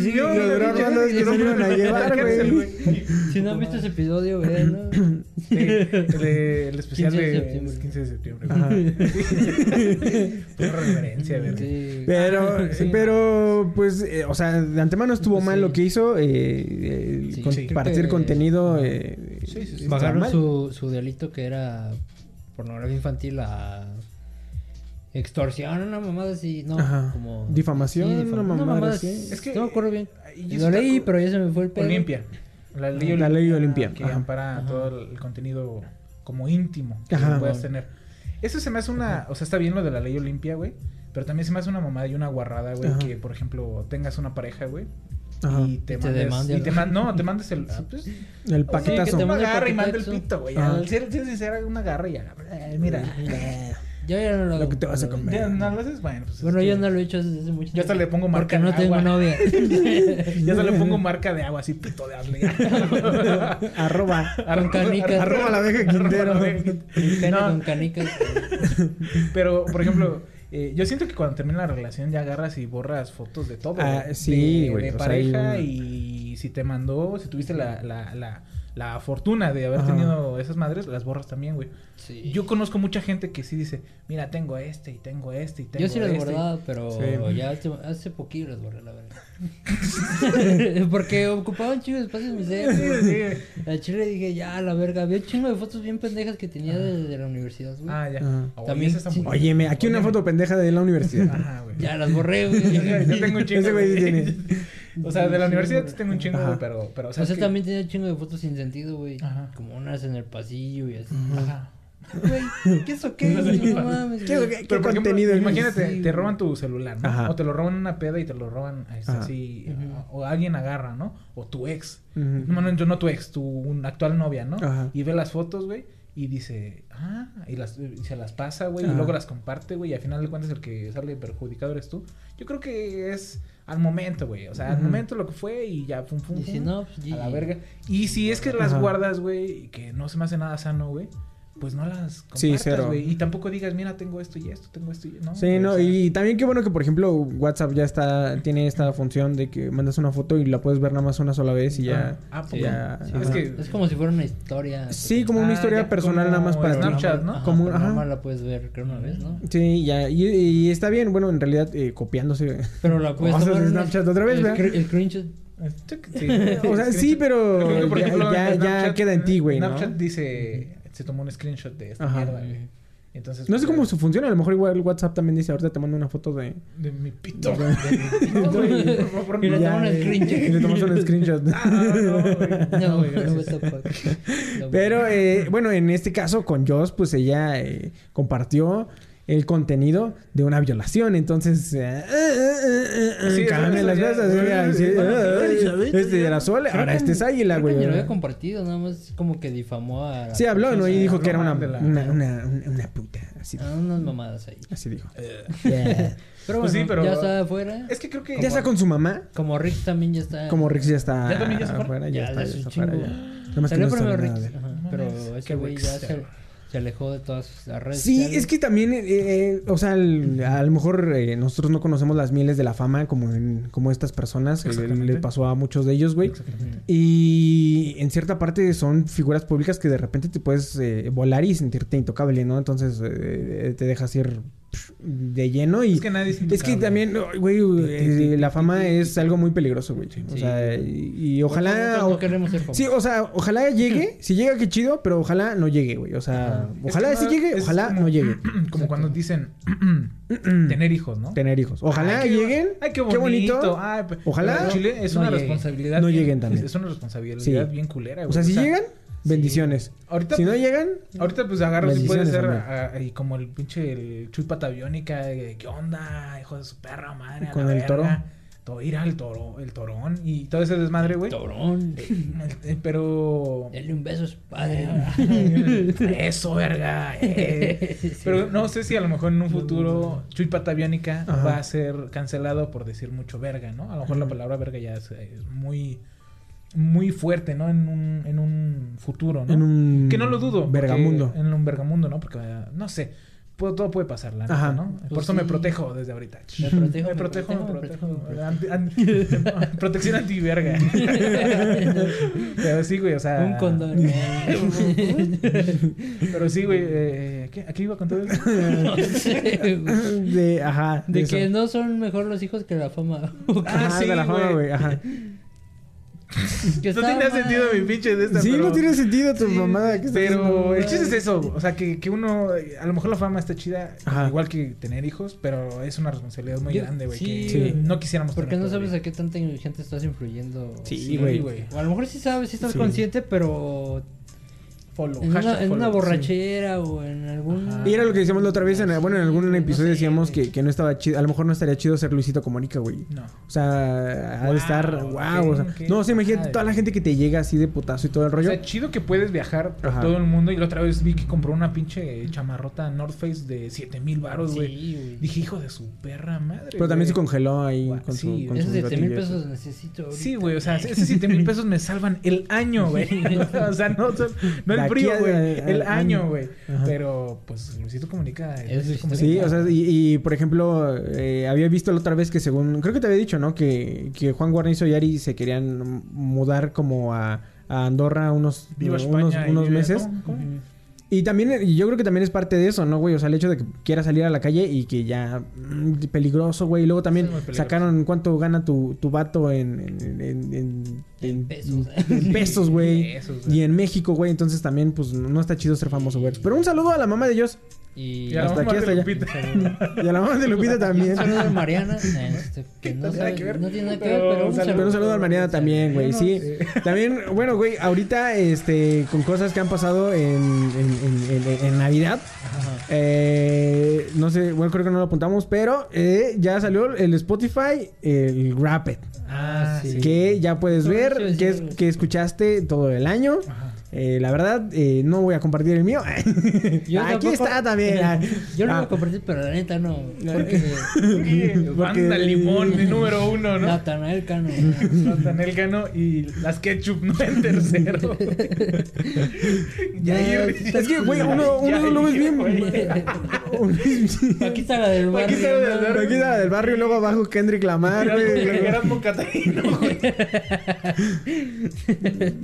Speaker 6: Sí, sí,
Speaker 5: Dios,
Speaker 4: Lo
Speaker 5: güey,
Speaker 4: duraron
Speaker 6: sí,
Speaker 5: ya
Speaker 4: más
Speaker 5: se
Speaker 4: que
Speaker 6: sí,
Speaker 4: lo
Speaker 5: duró
Speaker 4: iban a
Speaker 5: más
Speaker 4: llevar,
Speaker 5: la cárcel,
Speaker 4: güey.
Speaker 6: Si no han visto ese episodio, vean, ¿no?
Speaker 5: Sí, el, de- el especial
Speaker 6: 15 de
Speaker 5: de
Speaker 6: septiembre.
Speaker 5: 15 de septiembre.
Speaker 4: Ajá.
Speaker 5: güey. Pura reverencia, verga.
Speaker 6: Sí.
Speaker 4: Pero,
Speaker 5: Ah, Sí,
Speaker 4: pero, pues, eh, o sea, de antemano estuvo
Speaker 6: Pues
Speaker 4: mal
Speaker 6: sí.
Speaker 4: lo que hizo. eh, eh,
Speaker 6: Sí,
Speaker 4: con-
Speaker 5: sí.
Speaker 4: Compartir
Speaker 6: Creo que-
Speaker 4: contenido. eh,
Speaker 5: Sí, sí, sí.
Speaker 4: está
Speaker 6: Bajaron
Speaker 4: mal.
Speaker 6: su, su delito que era pornografía infantil a extorsión, una mamada así, no,
Speaker 4: Ajá.
Speaker 6: como...
Speaker 4: Difamación, una mamada así.
Speaker 5: Es
Speaker 6: Es
Speaker 5: que-
Speaker 6: que... No me acuerdo bien.
Speaker 5: Y yo
Speaker 6: Lo
Speaker 5: está
Speaker 6: leí,
Speaker 5: co-
Speaker 6: pero ya se me fue el pedo.
Speaker 5: Olimpia. La ley,
Speaker 4: La ley Olimpia,
Speaker 5: Que
Speaker 4: ajá.
Speaker 5: ampara todo el contenido como íntimo que
Speaker 4: Ajá.
Speaker 5: puedas tener. Eso se me hace una. O sea, está bien lo de la ley Olimpia, güey. Pero también se me hace una mamada y una guarrada, güey.
Speaker 4: Ajá.
Speaker 5: Que, por ejemplo, tengas una pareja, güey.
Speaker 4: Ajá.
Speaker 5: Y te
Speaker 6: Y te
Speaker 5: mandes.
Speaker 6: demande,
Speaker 5: y te
Speaker 6: ¿no?
Speaker 5: man- no, te mandes el. ah, pues,
Speaker 4: El
Speaker 5: o sea, que
Speaker 4: paquetazo.
Speaker 5: te
Speaker 6: mande el
Speaker 5: agarra y manda el
Speaker 6: paquetazo.
Speaker 5: pito, güey.
Speaker 4: Ajá.
Speaker 5: Al ser ser sincero, una agarra y agarra. Eh, Mira.
Speaker 6: Yo ya no lo
Speaker 4: Lo
Speaker 6: hago.
Speaker 4: que te vas a comer.
Speaker 5: Ya, no lo haces, bueno. Pues,
Speaker 6: Bueno,
Speaker 5: es que-
Speaker 6: yo no lo he hecho desde hace mucho
Speaker 5: Yo hasta le pongo
Speaker 6: Porque
Speaker 5: marca
Speaker 6: no
Speaker 5: de
Speaker 6: tengo
Speaker 5: agua.
Speaker 6: novia.
Speaker 5: Ya se le pongo marca de agua, así pito de hazle.
Speaker 4: Arroba.
Speaker 6: Con canicas.
Speaker 4: Arroba la abeja Quintero.
Speaker 5: Arroba la abeja
Speaker 6: Un
Speaker 5: Quintero.
Speaker 6: cane
Speaker 5: No,
Speaker 6: con canicas.
Speaker 5: Pero, por ejemplo, eh, yo siento que cuando termina la relación ya agarras y borras fotos de todo.
Speaker 4: Ah,
Speaker 5: güey.
Speaker 4: sí,
Speaker 5: De-
Speaker 4: güey,
Speaker 5: De
Speaker 4: o sea, hay
Speaker 5: pareja
Speaker 4: un-
Speaker 5: y si te mandó, si tuviste la, la, la, la fortuna de haber
Speaker 4: Ajá.
Speaker 5: tenido esas madres, las borras también, güey.
Speaker 6: Sí.
Speaker 5: Yo conozco mucha gente que sí dice, mira, tengo este y tengo este y tengo
Speaker 6: Yo sí las
Speaker 5: este".
Speaker 6: guardaba, pero
Speaker 4: Sí.
Speaker 6: ya hace, hace poquillo las borré, la verdad. Porque ocupaban chingo de espacio en mi
Speaker 5: Sí, sí,
Speaker 6: cerebro.
Speaker 5: güey.
Speaker 6: Al chile dije, ya, la verga. Había un chingo de fotos bien pendejas que tenía de, de la universidad, güey.
Speaker 5: Ah, ya.
Speaker 4: Ajá.
Speaker 5: Oye,
Speaker 6: También-
Speaker 5: esa está muy-
Speaker 4: Óyeme, aquí una
Speaker 5: Óyeme.
Speaker 4: foto pendeja de la universidad.
Speaker 5: Ajá, güey.
Speaker 6: Ya las borré, güey.
Speaker 5: Yo tengo un chingo.
Speaker 4: Ese güey sí
Speaker 5: güey.
Speaker 4: tiene.
Speaker 5: O sea, de la universidad sí tengo un chingo,
Speaker 4: Ajá.
Speaker 5: güey, pero, pero, o
Speaker 6: o
Speaker 5: sea, es
Speaker 6: sea,
Speaker 5: que-
Speaker 6: también tenía un chingo de fotos sin sentido, güey.
Speaker 5: Ajá.
Speaker 6: Como unas en el pasillo y así.
Speaker 5: Ajá.
Speaker 6: Güey, ¿qué eso qué?
Speaker 5: No sé qué
Speaker 6: No
Speaker 5: pasa.
Speaker 6: mames,
Speaker 4: ¿Qué-
Speaker 6: güey.
Speaker 4: qué-
Speaker 5: Pero,
Speaker 4: qué
Speaker 5: por ejemplo,
Speaker 4: contenido?
Speaker 5: imagínate,
Speaker 6: Sí,
Speaker 5: te
Speaker 6: güey.
Speaker 5: roban tu celular, ¿no?
Speaker 4: Ajá.
Speaker 5: O te lo roban en una peda y te lo roban es
Speaker 4: Ajá.
Speaker 5: así,
Speaker 6: Ujú.
Speaker 5: o alguien agarra, ¿no? O tu ex.
Speaker 4: Ujú.
Speaker 5: No, no, yo no tu ex, tu un- actual novia, ¿no?
Speaker 4: Ajá.
Speaker 5: Y ve las fotos, güey, y dice, ah, y, las, y se las pasa, güey, y
Speaker 4: Ajá.
Speaker 5: luego las comparte, güey, y al final de cuentas el que sale perjudicado eres tú. Yo creo que es al momento, güey, o sea, al
Speaker 4: Ujú.
Speaker 5: momento lo que fue y ya, fum, fum,
Speaker 6: Y si
Speaker 5: fum,
Speaker 6: no, pues,
Speaker 5: a la
Speaker 6: GG.
Speaker 5: verga. Y si es que las
Speaker 4: Ajá.
Speaker 5: guardas, güey, y que no se me hace nada sano, güey, pues no las
Speaker 4: Sí,
Speaker 5: compartas,
Speaker 4: cero.
Speaker 5: güey. y tampoco digas, mira, tengo esto y esto, tengo esto y no.
Speaker 4: Sí,
Speaker 5: güey, o
Speaker 4: no,
Speaker 5: sea,
Speaker 4: y también qué bueno que por ejemplo WhatsApp ya está tiene esta función de que mandas una foto y la puedes ver nada más una sola vez y ya
Speaker 5: Ah, ah,
Speaker 4: y ya-
Speaker 5: poco. Sí,
Speaker 4: ajá.
Speaker 5: es que
Speaker 6: Es como si fuera una historia.
Speaker 4: Sí, como una
Speaker 5: Ah,
Speaker 4: historia
Speaker 5: ya,
Speaker 4: personal nada más
Speaker 5: como
Speaker 4: para ti.
Speaker 5: Snapchat, ¿no?
Speaker 6: Ajá,
Speaker 4: Como-
Speaker 6: pero
Speaker 4: ajá.
Speaker 6: nada más la puedes ver, creo, una vez, ¿no?
Speaker 4: Sí, ya y, y está bien, bueno, en realidad eh, copiándose.
Speaker 6: Pero la puedes
Speaker 4: Cosas de
Speaker 6: tomar una-
Speaker 4: Snapchat otra vez,
Speaker 6: el,
Speaker 4: ¿verdad?
Speaker 6: cr- el screenshot.
Speaker 5: Sí,
Speaker 4: O sea, sí, pero
Speaker 5: Creo que, por
Speaker 4: ya-
Speaker 5: ejemplo,
Speaker 4: ya-
Speaker 5: en
Speaker 4: ya queda en ti, güey, ¿no?
Speaker 5: Snapchat dice, se tomó un screenshot de esta
Speaker 4: Ajá.
Speaker 5: mierda, güey. Entonces,
Speaker 4: No sé
Speaker 5: pues,
Speaker 4: cómo su funciona, a lo mejor igual WhatsApp también dice, ahorita te mando una foto de
Speaker 5: De mi pito. De mi pito, güey. Por favor,
Speaker 6: Y le
Speaker 5: no.
Speaker 4: Ya,
Speaker 6: tomas un
Speaker 4: eh,
Speaker 6: screenshot.
Speaker 4: y le tomas un screenshot.
Speaker 5: Ah, no, güey.
Speaker 6: No,
Speaker 5: güey,
Speaker 6: güey, no
Speaker 5: gracias.
Speaker 6: what the fuck. No,
Speaker 4: Pero
Speaker 6: güey.
Speaker 4: eh, bueno, en este caso con Joss, pues ella eh, compartió el contenido de una violación. Entonces, eh,
Speaker 5: Sí, eso-
Speaker 4: cambian las
Speaker 5: eso ya-
Speaker 4: cosas. oigan, sí,
Speaker 5: bueno,
Speaker 4: eh, eh, este era sol,
Speaker 6: Creo
Speaker 4: ahora
Speaker 6: que
Speaker 4: este es águila,
Speaker 6: Creo que
Speaker 4: güey.
Speaker 6: ni lo había compartido, nada más como que difamó a. la
Speaker 4: Sí, habló, ¿no? Y
Speaker 6: persona.
Speaker 4: dijo que era una,
Speaker 5: Habló mal de la-
Speaker 4: una, una, una- una puta. Así,
Speaker 6: Ah, unas mamadas ahí.
Speaker 4: así dijo.
Speaker 6: Pero bueno,
Speaker 5: Pues sí, pero-
Speaker 6: ya está afuera.
Speaker 5: Es que creo que.
Speaker 4: Ya está con su mamá.
Speaker 6: Como Rick también ya está.
Speaker 4: Como Rick ya está.
Speaker 5: ¿Ya también ya se fue?
Speaker 4: afuera,
Speaker 6: Ya,
Speaker 4: ya, está,
Speaker 6: de
Speaker 4: ya
Speaker 6: su
Speaker 4: está afuera,
Speaker 6: chingo.
Speaker 4: ya. Nada más que
Speaker 6: Salió
Speaker 4: no
Speaker 6: primero
Speaker 4: sabe
Speaker 6: Rick.
Speaker 4: nada de él.
Speaker 6: ajá,
Speaker 5: No
Speaker 6: Pero
Speaker 5: mames,
Speaker 6: ese
Speaker 5: qué
Speaker 6: güey ya
Speaker 5: Rickster.
Speaker 6: se, se alejó de todas sus redes
Speaker 4: Sí,
Speaker 6: sociales.
Speaker 4: es que también, eh, eh, o sea, al- a lo mejor eh, nosotros no conocemos las miles de la fama como, en- como estas personas, que
Speaker 5: Exactamente.
Speaker 4: le pasó a muchos de ellos, güey.
Speaker 5: Exactamente.
Speaker 4: Y en cierta parte son figuras públicas que de repente te puedes eh, volar y sentirte intocable, ¿no? Entonces eh, te dejas ir psh, de lleno y...
Speaker 5: Es que nadie es
Speaker 4: Es que
Speaker 5: intocable.
Speaker 4: también, oh, güey, eh, la fama es algo muy peligroso, güey. O
Speaker 6: Sí.
Speaker 4: sea, y, y
Speaker 6: Nosotros
Speaker 4: ojalá...
Speaker 6: no queremos ser famosos.
Speaker 4: Sí, o sea, ojalá llegue. Si llega, qué chido, pero ojalá no llegue, güey. O sea,
Speaker 6: Ajá.
Speaker 4: ojalá
Speaker 5: Es que
Speaker 4: sí
Speaker 5: no,
Speaker 4: llegue,
Speaker 5: es
Speaker 4: ojalá
Speaker 5: como-
Speaker 4: no llegue.
Speaker 5: Como cuando dicen tener hijos, ¿no?
Speaker 4: Tener hijos. Mm. Ojalá
Speaker 5: Ay, qué-
Speaker 4: lleguen.
Speaker 5: Ay, qué bonito. Ay, pe-
Speaker 4: Ojalá.
Speaker 5: pero en Chile es
Speaker 6: No
Speaker 5: una
Speaker 6: lleguen.
Speaker 5: responsabilidad.
Speaker 4: No
Speaker 5: bien-
Speaker 4: lleguen también.
Speaker 5: Es, es una responsabilidad
Speaker 4: Sí.
Speaker 5: bien culera, güey.
Speaker 4: o sea, si llegan, bendiciones.
Speaker 5: Ahorita,
Speaker 4: Si no llegan,
Speaker 5: ahorita pues agarro si puede
Speaker 4: Bendiciones,
Speaker 5: ser
Speaker 4: hombre.
Speaker 5: a- a- ah, y como el pinche el chupata biónica. de, ¿Qué onda, hijo de su perra madre? a
Speaker 4: Con
Speaker 5: la
Speaker 4: el
Speaker 5: verga".
Speaker 4: toro.
Speaker 5: To- ir al toro, el torón y todo ese desmadre, güey.
Speaker 6: Torón.
Speaker 5: Eh, Pero.
Speaker 6: Denle un beso a su padre.
Speaker 5: Eso, verga. eh.
Speaker 6: Sí, sí.
Speaker 5: Pero no sé si a lo mejor en un futuro Chuy Pataviónica
Speaker 4: Ajá.
Speaker 5: va a ser cancelado por decir mucho verga, ¿no? A lo mejor la palabra verga ya es, es muy muy fuerte, ¿no? En un, en un futuro, ¿no?
Speaker 4: en un.
Speaker 5: que no lo dudo. porque-
Speaker 4: Vergamundo.
Speaker 5: En un vergamundo, ¿no? Porque eh, no sé. puedo- todo puede pasar, la neta,
Speaker 4: Ajá.
Speaker 5: ¿no? Por
Speaker 6: Pues
Speaker 5: eso me
Speaker 6: sí.
Speaker 5: protejo desde ahorita.
Speaker 6: Me protejo,
Speaker 5: Me protejo, me
Speaker 6: protejo,
Speaker 5: protejo.
Speaker 6: me protejo.
Speaker 5: Anti- anti- protección antiverga. Pero sí, güey, o sea.
Speaker 6: Un condón.
Speaker 5: Pero sí, güey. eh, ¿qué? ¿A qué iba con todo eso?
Speaker 6: no sé, güey.
Speaker 4: De, ajá.
Speaker 6: De
Speaker 4: eso.
Speaker 6: que no son mejor los hijos que la fama.
Speaker 5: Ah,
Speaker 4: Ajá,
Speaker 5: sí,
Speaker 4: de la fama,
Speaker 5: güey.
Speaker 4: güey. Ajá.
Speaker 6: Que está
Speaker 5: No tenía
Speaker 6: mal.
Speaker 5: sentido mi pinche de esta.
Speaker 4: Sí,
Speaker 5: pero-
Speaker 4: no tiene sentido tu
Speaker 5: Sí,
Speaker 4: mamada que está
Speaker 5: Pero
Speaker 4: haciendo.
Speaker 5: el chiste es eso. O sea, que, que uno. eh, A lo mejor la fama está chida.
Speaker 4: Ajá.
Speaker 5: Igual que tener hijos. Pero es una responsabilidad muy
Speaker 6: Yo-
Speaker 5: grande, güey.
Speaker 6: sí.
Speaker 5: que
Speaker 4: Sí.
Speaker 5: No quisiéramos
Speaker 6: Porque no
Speaker 5: todavía.
Speaker 6: sabes a qué tanta gente estás influyendo.
Speaker 4: Sí,
Speaker 5: Sí,
Speaker 4: güey.
Speaker 5: güey.
Speaker 6: O a lo mejor sí sabes, sí estás
Speaker 4: Sí.
Speaker 6: consciente, pero
Speaker 5: Follow.
Speaker 6: en una,
Speaker 5: hashtag
Speaker 6: en una
Speaker 5: follow, sí.
Speaker 6: borrachera o en algún...
Speaker 5: Ajá.
Speaker 4: Y era lo que decíamos la otra vez. En, bueno, en algún
Speaker 6: No
Speaker 4: episodio
Speaker 6: sé,
Speaker 4: decíamos
Speaker 6: güey.
Speaker 4: que, que no estaba chido. A lo mejor no estaría chido ser Luisito Comunica, güey.
Speaker 5: No.
Speaker 4: O sea, ha
Speaker 5: Wow,
Speaker 4: de estar. ¡Wow! o sea,
Speaker 5: qué- qué
Speaker 4: no, o sea, imagínate
Speaker 5: padre.
Speaker 4: toda la gente que te llega así de putazo y todo el
Speaker 5: O
Speaker 4: rollo.
Speaker 5: sea, chido que puedes viajar por
Speaker 4: Ajá.
Speaker 5: todo el mundo. Y la otra vez vi que compró una pinche chamarrota North Face de 7 mil baros,
Speaker 6: Sí,
Speaker 5: güey.
Speaker 6: güey.
Speaker 5: Dije, hijo de su perra madre.
Speaker 4: pero también
Speaker 5: güey.
Speaker 4: se congeló ahí
Speaker 5: Guau,
Speaker 4: con
Speaker 5: sí,
Speaker 4: su. Con
Speaker 6: Esos
Speaker 4: sus
Speaker 6: 7 mil
Speaker 4: gatillos.
Speaker 6: pesos necesito ahorita.
Speaker 5: Sí, güey, o sea, esos 7 mil pesos me salvan el año, güey. o sea, no, son- no
Speaker 4: De
Speaker 5: el
Speaker 4: aquí
Speaker 5: frío,
Speaker 4: a-
Speaker 5: güey,
Speaker 4: a-
Speaker 5: el
Speaker 4: a-
Speaker 5: año, güey.
Speaker 4: Ajá.
Speaker 5: Pero, pues, Luisito comunica.
Speaker 6: Es
Speaker 5: Luisito
Speaker 6: Luisito
Speaker 4: Sí,
Speaker 5: Comunica.
Speaker 4: o sea, y, y, por ejemplo, eh, había visto la otra vez que según, creo que te había dicho, ¿no? Que, que Juan Guarnizo y Ari se querían mudar como a, a Andorra unos,
Speaker 5: Viva
Speaker 4: unos,
Speaker 5: España y
Speaker 4: unos
Speaker 5: viva-
Speaker 4: meses.
Speaker 5: ¿cómo? ¿Cómo?
Speaker 4: Y también, eh, y yo creo que también es parte de eso, ¿no, güey? O sea, el hecho de que quieras salir a la calle y que ya... mm, peligroso, güey. Y luego también
Speaker 5: es muy peligroso.
Speaker 4: sacaron cuánto gana tu, tu vato en... En, en- en- en-
Speaker 6: pesos.
Speaker 4: en pesos, güey.
Speaker 5: Pesos, güey.
Speaker 4: Y en México, güey. Entonces también, pues, no está chido ser famoso, güey. Pero un saludo a la mamá de Dios.
Speaker 6: Y...
Speaker 5: Y a la
Speaker 4: hasta
Speaker 5: mamá
Speaker 4: aquí,
Speaker 5: de
Speaker 4: hasta allá.
Speaker 5: Lupita.
Speaker 4: Y a la mamá de Lupita
Speaker 6: Un
Speaker 4: también.
Speaker 6: saludo a Mariana, este, que no,
Speaker 5: Nada
Speaker 6: sabe-
Speaker 5: que ver,
Speaker 6: no tiene nada que
Speaker 5: pero
Speaker 6: ver, pero
Speaker 5: un
Speaker 6: un
Speaker 5: saludo.
Speaker 6: saludo.
Speaker 4: Pero un saludo a Mariana también, güey, sí. También, bueno, güey, ahorita, este, con cosas que han pasado en, en- en- en- en Navidad, eh, no sé, bueno, creo que no lo apuntamos, pero eh, ya salió el Spotify, el Rapid,
Speaker 5: Ah, sí.
Speaker 6: sí.
Speaker 4: que ya puedes
Speaker 6: Sí, sí,
Speaker 4: ver,
Speaker 6: sí,
Speaker 4: que, es-
Speaker 6: sí.
Speaker 4: que escuchaste todo el año.
Speaker 5: Ajá.
Speaker 4: Eh, la verdad, eh, no voy a compartir el mío. Aquí
Speaker 6: Yo tampoco-
Speaker 4: está también. Ah,
Speaker 6: Yo lo voy
Speaker 4: ah,
Speaker 6: a compartir, pero la neta no.
Speaker 4: No.
Speaker 6: Porque
Speaker 4: Porque-
Speaker 5: Banda Limón, el número uno, ¿no?
Speaker 6: Natanael Cano.
Speaker 5: Natanel Cano y las Ketchup, no en tercero. Yair.
Speaker 4: Es que, güey, uno, uno lo ves
Speaker 5: Yair,
Speaker 4: bien.
Speaker 5: güey.
Speaker 4: uno es bien-
Speaker 6: Aquí está la del barrio.
Speaker 5: Aquí está la del
Speaker 6: ¿no?
Speaker 5: barrio.
Speaker 4: Aquí está la del barrio, luego abajo Kendrick Lamar,
Speaker 5: Gran-
Speaker 4: güey. luego-
Speaker 5: Gran Mocatarino, güey.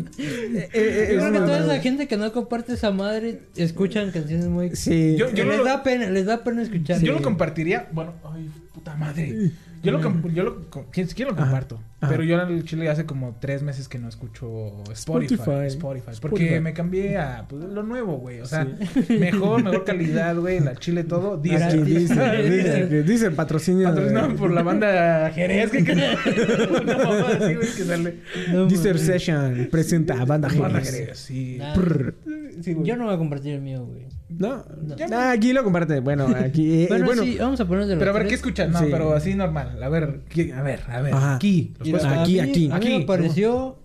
Speaker 4: Eh, eh,
Speaker 6: Yo
Speaker 4: es
Speaker 6: creo que
Speaker 4: una-
Speaker 6: toda esa gente que no comparte esa madre escuchan canciones muy.
Speaker 4: Sí.
Speaker 5: Yo-
Speaker 6: Que les
Speaker 5: lo-
Speaker 6: da pena, les da pena escuchar.
Speaker 5: Yo lo compartiría. Bueno, ay, puta madre. Yo lo, comp- yo lo, com- si siquiera lo
Speaker 4: Ajá,
Speaker 5: comparto.
Speaker 4: ajá.
Speaker 5: Pero yo en el Chile hace como tres meses que no escucho Spotify.
Speaker 4: Spotify.
Speaker 5: Spotify. porque
Speaker 4: Spotify.
Speaker 5: me cambié a pues, lo nuevo, güey. O sea, mejor, mejor calidad, güey. La Chile todo.
Speaker 4: Aquí
Speaker 5: Dice,
Speaker 4: dice, dice,
Speaker 5: dice.
Speaker 4: que dice patrocinio.
Speaker 5: Patrocinado por la banda Jerez que una mamá así, güey, que sale.
Speaker 6: No,
Speaker 4: Dice
Speaker 6: mames.
Speaker 4: Session presenta a banda
Speaker 5: Banda
Speaker 4: Jerez.
Speaker 5: Jerez, sí.
Speaker 6: Nah,
Speaker 4: Prr.
Speaker 5: Sí, güey.
Speaker 6: Ah, Yo no voy a compartir el mío, güey.
Speaker 4: No, Ah, aquí lo comparte. Bueno, aquí. eh,
Speaker 6: Bueno,
Speaker 4: bueno,
Speaker 6: sí, vamos a poner de los
Speaker 5: Pero a ver, ¿qué
Speaker 6: tres.
Speaker 5: escuchan? No,
Speaker 4: Sí.
Speaker 5: pero así normal. A ver, ¿qué- a ver, a ver.
Speaker 4: Ajá.
Speaker 5: Aquí. los
Speaker 4: Y
Speaker 5: puedes-
Speaker 4: la- Aquí,
Speaker 6: a mí-
Speaker 4: aquí,
Speaker 6: A mí
Speaker 5: aquí.
Speaker 6: me pareció.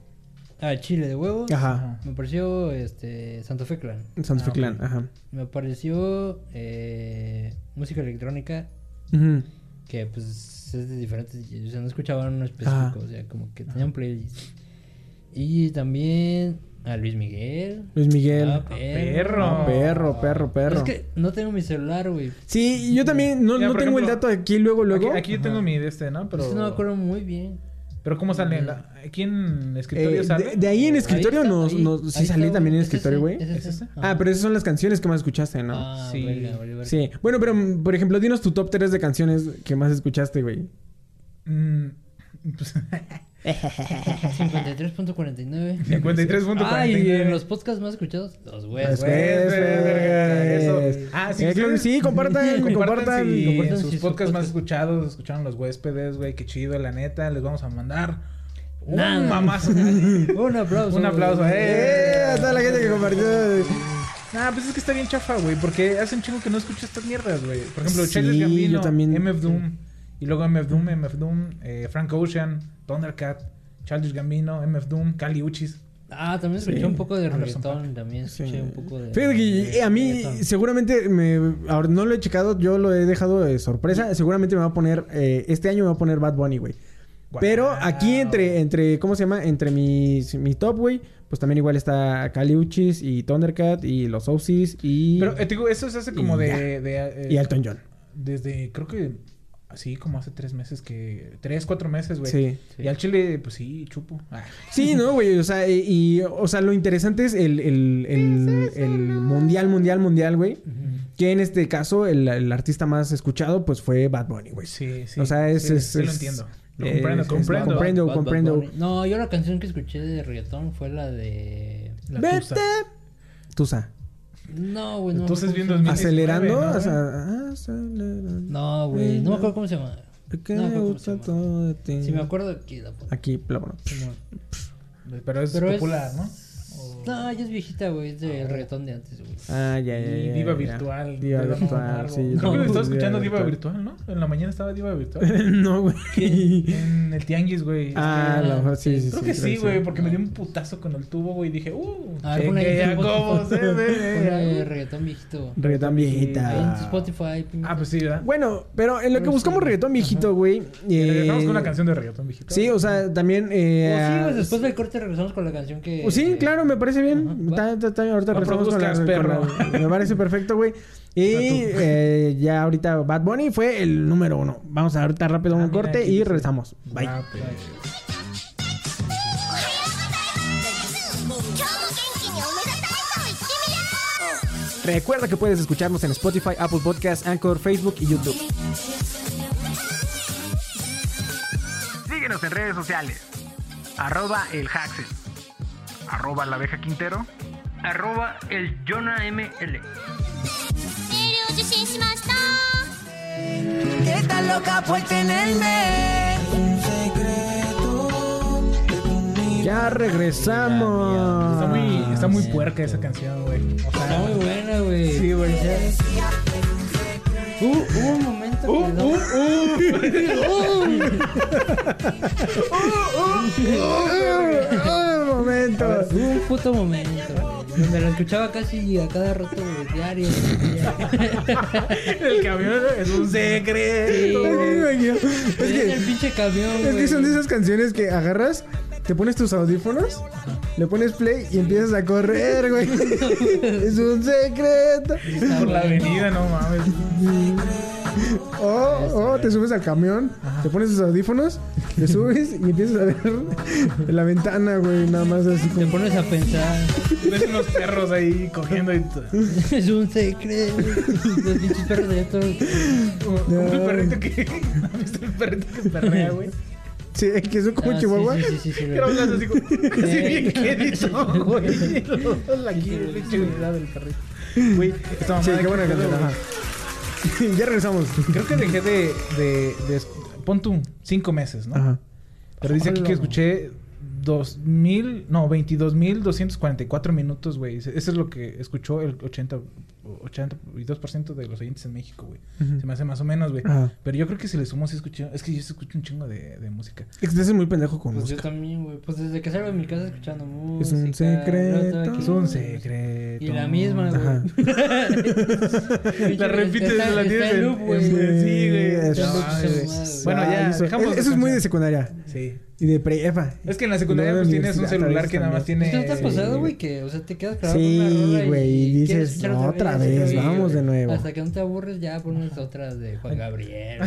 Speaker 6: A Ah, Chile de huevos.
Speaker 4: Ajá.
Speaker 6: Me pareció este, Santo Fe Clan.
Speaker 4: Santa Fe
Speaker 5: Ah,
Speaker 4: Clan, ajá.
Speaker 6: Me pareció eh, música electrónica
Speaker 4: Ujú.
Speaker 6: que pues es de diferentes, o sea, no escuchaban uno específico,
Speaker 4: Ajá.
Speaker 6: o sea, como que tenían playlists. Y también A Luis Miguel.
Speaker 4: Luis Miguel.
Speaker 6: Ah, perro.
Speaker 5: Perro.
Speaker 4: perro, perro, perro.
Speaker 6: Es que no tengo mi celular, güey.
Speaker 4: Sí, yo también no,
Speaker 5: Mira,
Speaker 4: no
Speaker 5: por
Speaker 4: tengo el
Speaker 5: ejemplo,
Speaker 4: dato aquí luego, luego.
Speaker 5: Aquí, aquí yo tengo mi de este, ¿no? Pero,
Speaker 6: Eso no me acuerdo muy bien.
Speaker 5: pero ¿cómo sale? La- ¿Aquí en escritorio
Speaker 4: Mm. Eh,
Speaker 5: sale?
Speaker 4: de, de ahí en escritorio
Speaker 6: Ahí está,
Speaker 4: nos,
Speaker 6: ahí,
Speaker 4: nos- sí
Speaker 6: ahí
Speaker 4: salí
Speaker 6: está,
Speaker 4: también en
Speaker 6: ¿Es ese?
Speaker 4: escritorio, güey.
Speaker 6: ¿Es ese?
Speaker 5: ese?
Speaker 4: Ah, pero esas son las canciones que más escuchaste, ¿no?
Speaker 6: Ah,
Speaker 5: Sí.
Speaker 6: verga, vale, verga.
Speaker 4: Sí. Bueno, pero mm, por ejemplo, dinos tu top 3 de canciones que más escuchaste, güey.
Speaker 5: Mm, pues,
Speaker 6: 53.49.
Speaker 5: 53.49.
Speaker 6: Ay, en los podcasts más escuchados, los güeyes.
Speaker 4: Pues,
Speaker 5: güey,
Speaker 4: pues,
Speaker 5: verga, verga,
Speaker 4: pues.
Speaker 5: eso. Ah, sí,
Speaker 4: Eh,
Speaker 5: sí,
Speaker 4: claro que
Speaker 5: sí.
Speaker 4: sí, compartan, compartan.
Speaker 5: Compartan, si
Speaker 6: compartan
Speaker 5: sus
Speaker 6: si su
Speaker 5: podcasts más
Speaker 6: podcast-
Speaker 5: escuchados escucharon los huéspedes, güey. Qué chido, la neta. Les vamos a mandar un
Speaker 6: Nada.
Speaker 5: mamazo.
Speaker 6: Un aplauso.
Speaker 5: Un aplauso,
Speaker 4: Eh, a toda la gente que compartió.
Speaker 5: Ah, pues es que está bien chafa, güey. Porque hace un chingo que no escucho estas mierdas, güey. Por ejemplo,
Speaker 4: Sí,
Speaker 5: Charles Gambino,
Speaker 4: yo también.
Speaker 5: MF Doom. Y luego MF Doom, MF Doom, eh, Frank Ocean, Thundercat, Charles Gambino, MF Doom, Cali Uchis.
Speaker 6: Ah, también escuché
Speaker 4: Sí.
Speaker 6: un poco de
Speaker 5: Anderson
Speaker 6: reggaetón. También escuché
Speaker 4: Sí.
Speaker 6: un poco de.
Speaker 4: Fíjate que
Speaker 6: de
Speaker 4: eh, a mí
Speaker 6: reggaetón.
Speaker 4: seguramente me ahora no lo he checado, yo lo he dejado de sorpresa, seguramente me va a poner eh, este año me va a poner Bad Bunny, güey. Pero
Speaker 5: Guau.
Speaker 4: aquí entre entre ¿cómo se llama? entre mis mi top, güey, pues también igual está Caliuchis y Thundercat y los Oasis y
Speaker 5: Pero, eh, te digo, eso se hace como
Speaker 4: Y ya.
Speaker 5: de... de, eh,
Speaker 4: y Elton John.
Speaker 5: Desde, creo que... Así como hace tres meses que... Tres, cuatro meses, güey.
Speaker 4: Sí.
Speaker 5: Y al chile, pues sí, chupo. Ah.
Speaker 4: Sí, no, güey, o sea, y, y, o sea, lo interesante es el el, el, el mundial mundial mundial, güey. Que en este caso el, el artista más escuchado pues fue Bad Bunny, güey.
Speaker 5: Sí, sí.
Speaker 4: O sea, es-
Speaker 5: sí,
Speaker 4: es-
Speaker 5: sí lo
Speaker 4: es-
Speaker 5: entiendo. Lo
Speaker 4: eh,
Speaker 5: comprendo,
Speaker 4: es- es-
Speaker 5: comprendo.
Speaker 4: comprendo. comprendo.
Speaker 6: Bunny. No, yo la canción que escuché de reggaetón fue la de.
Speaker 5: La
Speaker 4: Vete.
Speaker 5: tusa.
Speaker 4: Tusa.
Speaker 6: No, güey. No, me
Speaker 5: Entonces,
Speaker 6: acuerdo
Speaker 5: bien
Speaker 6: cómo se llama.
Speaker 5: 2019,
Speaker 4: Acelerando,
Speaker 5: ¿no?
Speaker 4: o sea, acelerando.
Speaker 6: No, güey. No me acuerdo cómo se llama.
Speaker 4: Que
Speaker 6: no me
Speaker 4: me
Speaker 6: acuerdo cómo se
Speaker 4: gusta
Speaker 6: llama.
Speaker 4: todo de ti.
Speaker 6: Si me acuerdo aquí la pongo.
Speaker 4: Aquí, la bueno.
Speaker 5: Pero es
Speaker 6: Pero es-
Speaker 5: popular, ¿no? O-
Speaker 6: No, ella es viejita, güey. Es del reggaetón de antes, güey.
Speaker 4: Ah, ya, ya,
Speaker 5: Y
Speaker 4: ya,
Speaker 5: Diva
Speaker 4: ya.
Speaker 5: Virtual.
Speaker 4: Diva
Speaker 5: Pedro
Speaker 4: virtual,
Speaker 5: Amargo.
Speaker 4: sí.
Speaker 5: Creo que
Speaker 4: también.
Speaker 5: lo estaba escuchando Diva virtual. ¿no? En la mañana estaba Diva Virtual.
Speaker 4: no, güey.
Speaker 5: en el Tianguis, güey. este,
Speaker 4: Ah, a lo mejor sí, sí,
Speaker 5: Creo
Speaker 4: sí. Ah,
Speaker 5: que sí, güey, porque me dio un putazo con el tubo, güey, y dije, uh,
Speaker 6: A ver,
Speaker 5: que,
Speaker 6: pon ahí
Speaker 5: que ya
Speaker 6: en Spotify.
Speaker 5: como se
Speaker 6: Pone
Speaker 5: ve.
Speaker 6: reggaetón viejito.
Speaker 4: Reggaetón
Speaker 6: Ahí en tu
Speaker 4: viejita.
Speaker 6: Spotify. ping.
Speaker 5: Ah, pues sí, ¿verdad?
Speaker 4: Bueno, pero en lo que buscamos reggaetón viejito, güey. eh,
Speaker 5: Regresamos con una canción de reggaetón, viejito.
Speaker 4: Sí, o sea, también.
Speaker 6: O
Speaker 4: Eh,
Speaker 6: sí, pues después del corte regresamos con la canción que.
Speaker 4: Pues sí,
Speaker 6: que-
Speaker 4: claro, me parece bien.
Speaker 6: Ajá,
Speaker 4: Ta- ta- ta- ahorita
Speaker 5: No
Speaker 4: regresamos con la-
Speaker 5: produzcas,
Speaker 4: con la-
Speaker 5: perro.
Speaker 4: Me parece perfecto, güey. Y eh, ya ahorita Bad Bunny fue el número uno. Vamos a ahorita rápido
Speaker 5: Ah,
Speaker 4: un
Speaker 5: mira,
Speaker 4: corte
Speaker 5: aquí
Speaker 4: y
Speaker 5: dice.
Speaker 4: regresamos. Bye.
Speaker 5: Ah, pues.
Speaker 4: Recuerda que puedes escucharnos en Spotify, Apple Podcasts, Anchor, Facebook y YouTube.
Speaker 1: Síguenos en redes sociales. Arroba el Haxel. Arroba la abeja Quintero. Arroba el Jonah ML.
Speaker 7: メールを受信しました
Speaker 8: que tan loca por tenerme. Un secreto de conmigo.
Speaker 4: Ya regresamos.
Speaker 5: Está muy, está muy puerca esa canción, güey. O
Speaker 6: Está muy
Speaker 5: sea,
Speaker 6: buena, güey.
Speaker 5: sí, güey.
Speaker 6: Uh, hubo un momento
Speaker 5: Uh,
Speaker 6: que no-
Speaker 5: uh, uh.
Speaker 4: Ah, momento.
Speaker 6: Hubo un puto momento, güey, donde lo escuchaba casi a cada rato, güey, diario.
Speaker 5: El camión es un secreto.
Speaker 4: Ay, Dios. Es
Speaker 6: Es
Speaker 4: que,
Speaker 6: el pinche camión,
Speaker 4: es que
Speaker 6: güey.
Speaker 4: son de esas canciones que agarras, te pones tus audífonos, le pones play y empiezas a correr, güey. es un secreto.
Speaker 6: Está
Speaker 5: Por la
Speaker 6: bueno.
Speaker 5: avenida, no mames.
Speaker 4: O, o te subes al camión, te pones tus audífonos, te subes y empiezas a ver la ventana, güey, nada más así
Speaker 6: Te
Speaker 4: como...
Speaker 6: pones a pensar.
Speaker 5: Ves unos perros ahí cogiendo y todo.
Speaker 6: Es un secreto. Los pinches perros de estos.
Speaker 5: Como- como el perrito que. ¿Has visto el perrito que perrea, güey?
Speaker 4: Sí, que son como
Speaker 6: Ah, sí,
Speaker 4: chihuahua.
Speaker 6: Sí, sí, sí, sí, güey.
Speaker 5: Pero hablas así como. Así
Speaker 6: Sí.
Speaker 5: bien querido, güey. La pinche unidad del perrito. Güey, esta mamada
Speaker 4: Sí, qué buena
Speaker 5: que-
Speaker 4: canción. ajá. ya regresamos.
Speaker 5: Creo que dejé de. de, de pon tú, cinco meses, ¿no?
Speaker 4: Ajá.
Speaker 5: Pero dice aquí que escuché 2000, no, 22.244 minutos, güey. Eso es lo que escuchó el 80 82% de los oyentes en México, güey.
Speaker 4: Ujú.
Speaker 5: Se me hace más o menos, güey.
Speaker 4: Ajá.
Speaker 5: Pero yo creo que si le sumo, sí escucho. Es que yo sí escucho un chingo de, de música.
Speaker 4: Es que te haces muy pendejo con
Speaker 6: Pues yo
Speaker 4: música.
Speaker 6: también, güey. Pues desde que salgo de mi casa escuchando música.
Speaker 4: Es un secreto.
Speaker 6: yo estaba aquí-
Speaker 5: Es un secreto.
Speaker 6: Y la misma,
Speaker 4: Ajá.
Speaker 6: güey.
Speaker 5: La repites,
Speaker 6: Está-
Speaker 5: la
Speaker 6: está
Speaker 5: tienes
Speaker 6: en
Speaker 5: en-
Speaker 6: loop, güey.
Speaker 5: en- sí, güey.
Speaker 4: Es-
Speaker 5: No,
Speaker 6: Ay,
Speaker 5: güey.
Speaker 6: güey.
Speaker 5: Bueno, ya,
Speaker 4: Ah, eso,
Speaker 5: dejamos
Speaker 4: es-
Speaker 5: la
Speaker 4: eso es muy de
Speaker 5: canción.
Speaker 4: secundaria.
Speaker 5: Sí.
Speaker 4: Y de prepa.
Speaker 5: Es que en la secundaria
Speaker 4: Luego
Speaker 5: pues
Speaker 4: de
Speaker 5: tienes un
Speaker 4: universidad,
Speaker 5: celular que
Speaker 4: tal
Speaker 5: nada más
Speaker 4: vez
Speaker 5: tiene. eh,
Speaker 6: ¿Esto no te ha pasado,
Speaker 4: Sí.
Speaker 6: güey? Que, o sea, te quedas clavado con una rola
Speaker 4: Sí,
Speaker 6: y-
Speaker 4: güey.
Speaker 6: y
Speaker 4: Y
Speaker 6: quieres
Speaker 4: dices,
Speaker 6: escuchar
Speaker 4: otra vez,
Speaker 6: sí,
Speaker 4: vamos
Speaker 6: güey.
Speaker 4: de nuevo.
Speaker 6: Hasta que no te aburres, ya pones otras de Juan Gabriel.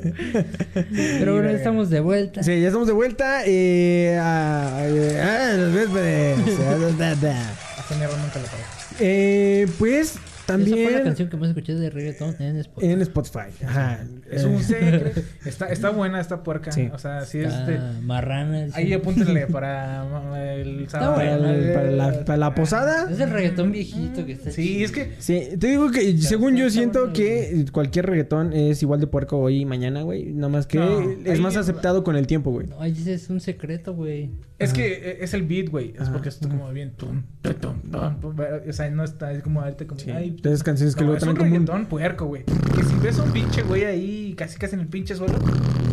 Speaker 6: Pero ahora
Speaker 5: verga.
Speaker 6: estamos de vuelta.
Speaker 4: Sí, ya estamos de vuelta. eh, a- eh, ah, los huéspedes. Ah, da, da, da.
Speaker 5: Hasta mi hermano nunca la paró.
Speaker 4: Eh, pues
Speaker 6: Esa fue la
Speaker 4: también
Speaker 6: canción que más escuché de reggaetón en Spotify.
Speaker 4: en Spotify. Ajá.
Speaker 5: Es
Speaker 4: Eh,
Speaker 5: un secreto. Está, está buena esta puerca.
Speaker 4: Sí.
Speaker 5: O sea, sí,
Speaker 6: Está
Speaker 5: este.
Speaker 6: Ah, Marrana. sí.
Speaker 5: Ahí apúntenle para mm, el sábado.
Speaker 4: para, el- para la, para la posada.
Speaker 6: Es el reggaetón viejito que está
Speaker 5: Sí, es que.
Speaker 4: Ah, Sí, te digo que según
Speaker 6: está-
Speaker 4: yo
Speaker 6: está
Speaker 4: siento
Speaker 6: bueno,
Speaker 4: que cualquier reggaetón es igual de puerco hoy y mañana, güey. Nada más que
Speaker 5: No,
Speaker 4: es
Speaker 5: ahí-
Speaker 4: más aceptado con el tiempo, güey.
Speaker 6: No, ahí dice, es un secreto, güey.
Speaker 5: Es que eh, es el beat, güey. Es
Speaker 4: Ajá.
Speaker 5: porque es como bien. tum, tum, tum, tum, tum, o sea, no está. Es como ahorita como.
Speaker 4: Sí.
Speaker 5: ay,
Speaker 4: De esas canciones que
Speaker 5: no,
Speaker 4: luego
Speaker 5: es un
Speaker 4: traen como un-
Speaker 5: reggaetón puerco, güey. Que si ves a un pinche güey ahí, casi casi en el pinche suelo,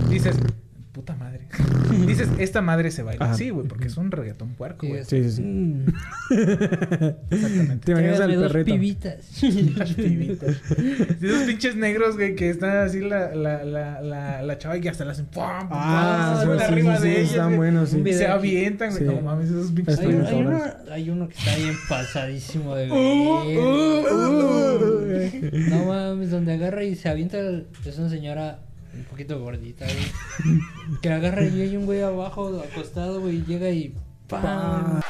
Speaker 5: dices. Puta madre. dices, esta madre se baila.
Speaker 4: Ajá.
Speaker 5: Sí, güey, porque es un reggaetón puerco, güey.
Speaker 4: Sí, sí, sí.
Speaker 6: Mm,
Speaker 4: Te imaginas al
Speaker 6: tráigame dos
Speaker 4: perrito.
Speaker 6: pibitas.
Speaker 5: De esos pinches negros, güey, que están así la, la, la, la, la chava y que hasta la hacen pum, pum,
Speaker 4: Ah,
Speaker 5: pum,
Speaker 4: sí,
Speaker 5: suelta
Speaker 4: sí,
Speaker 5: arriba
Speaker 4: sí,
Speaker 5: de
Speaker 4: sí,
Speaker 5: ellos,
Speaker 4: están
Speaker 5: güey.
Speaker 4: buenos, sí.
Speaker 5: Y
Speaker 6: video
Speaker 5: se
Speaker 6: aquí.
Speaker 5: avientan, güey.
Speaker 4: Sí.
Speaker 5: No mames, esos pinches
Speaker 4: Está
Speaker 6: Hay, uno- hay
Speaker 5: negros.
Speaker 6: uno, hay uno que está bien pasadísimo de
Speaker 5: Uh,
Speaker 6: ver. No mames, donde agarra y se avienta. el- es una señora un poquito gordita, güey. Que agarra y hay un güey abajo acostado, güey. Y llega y. ¡Pam!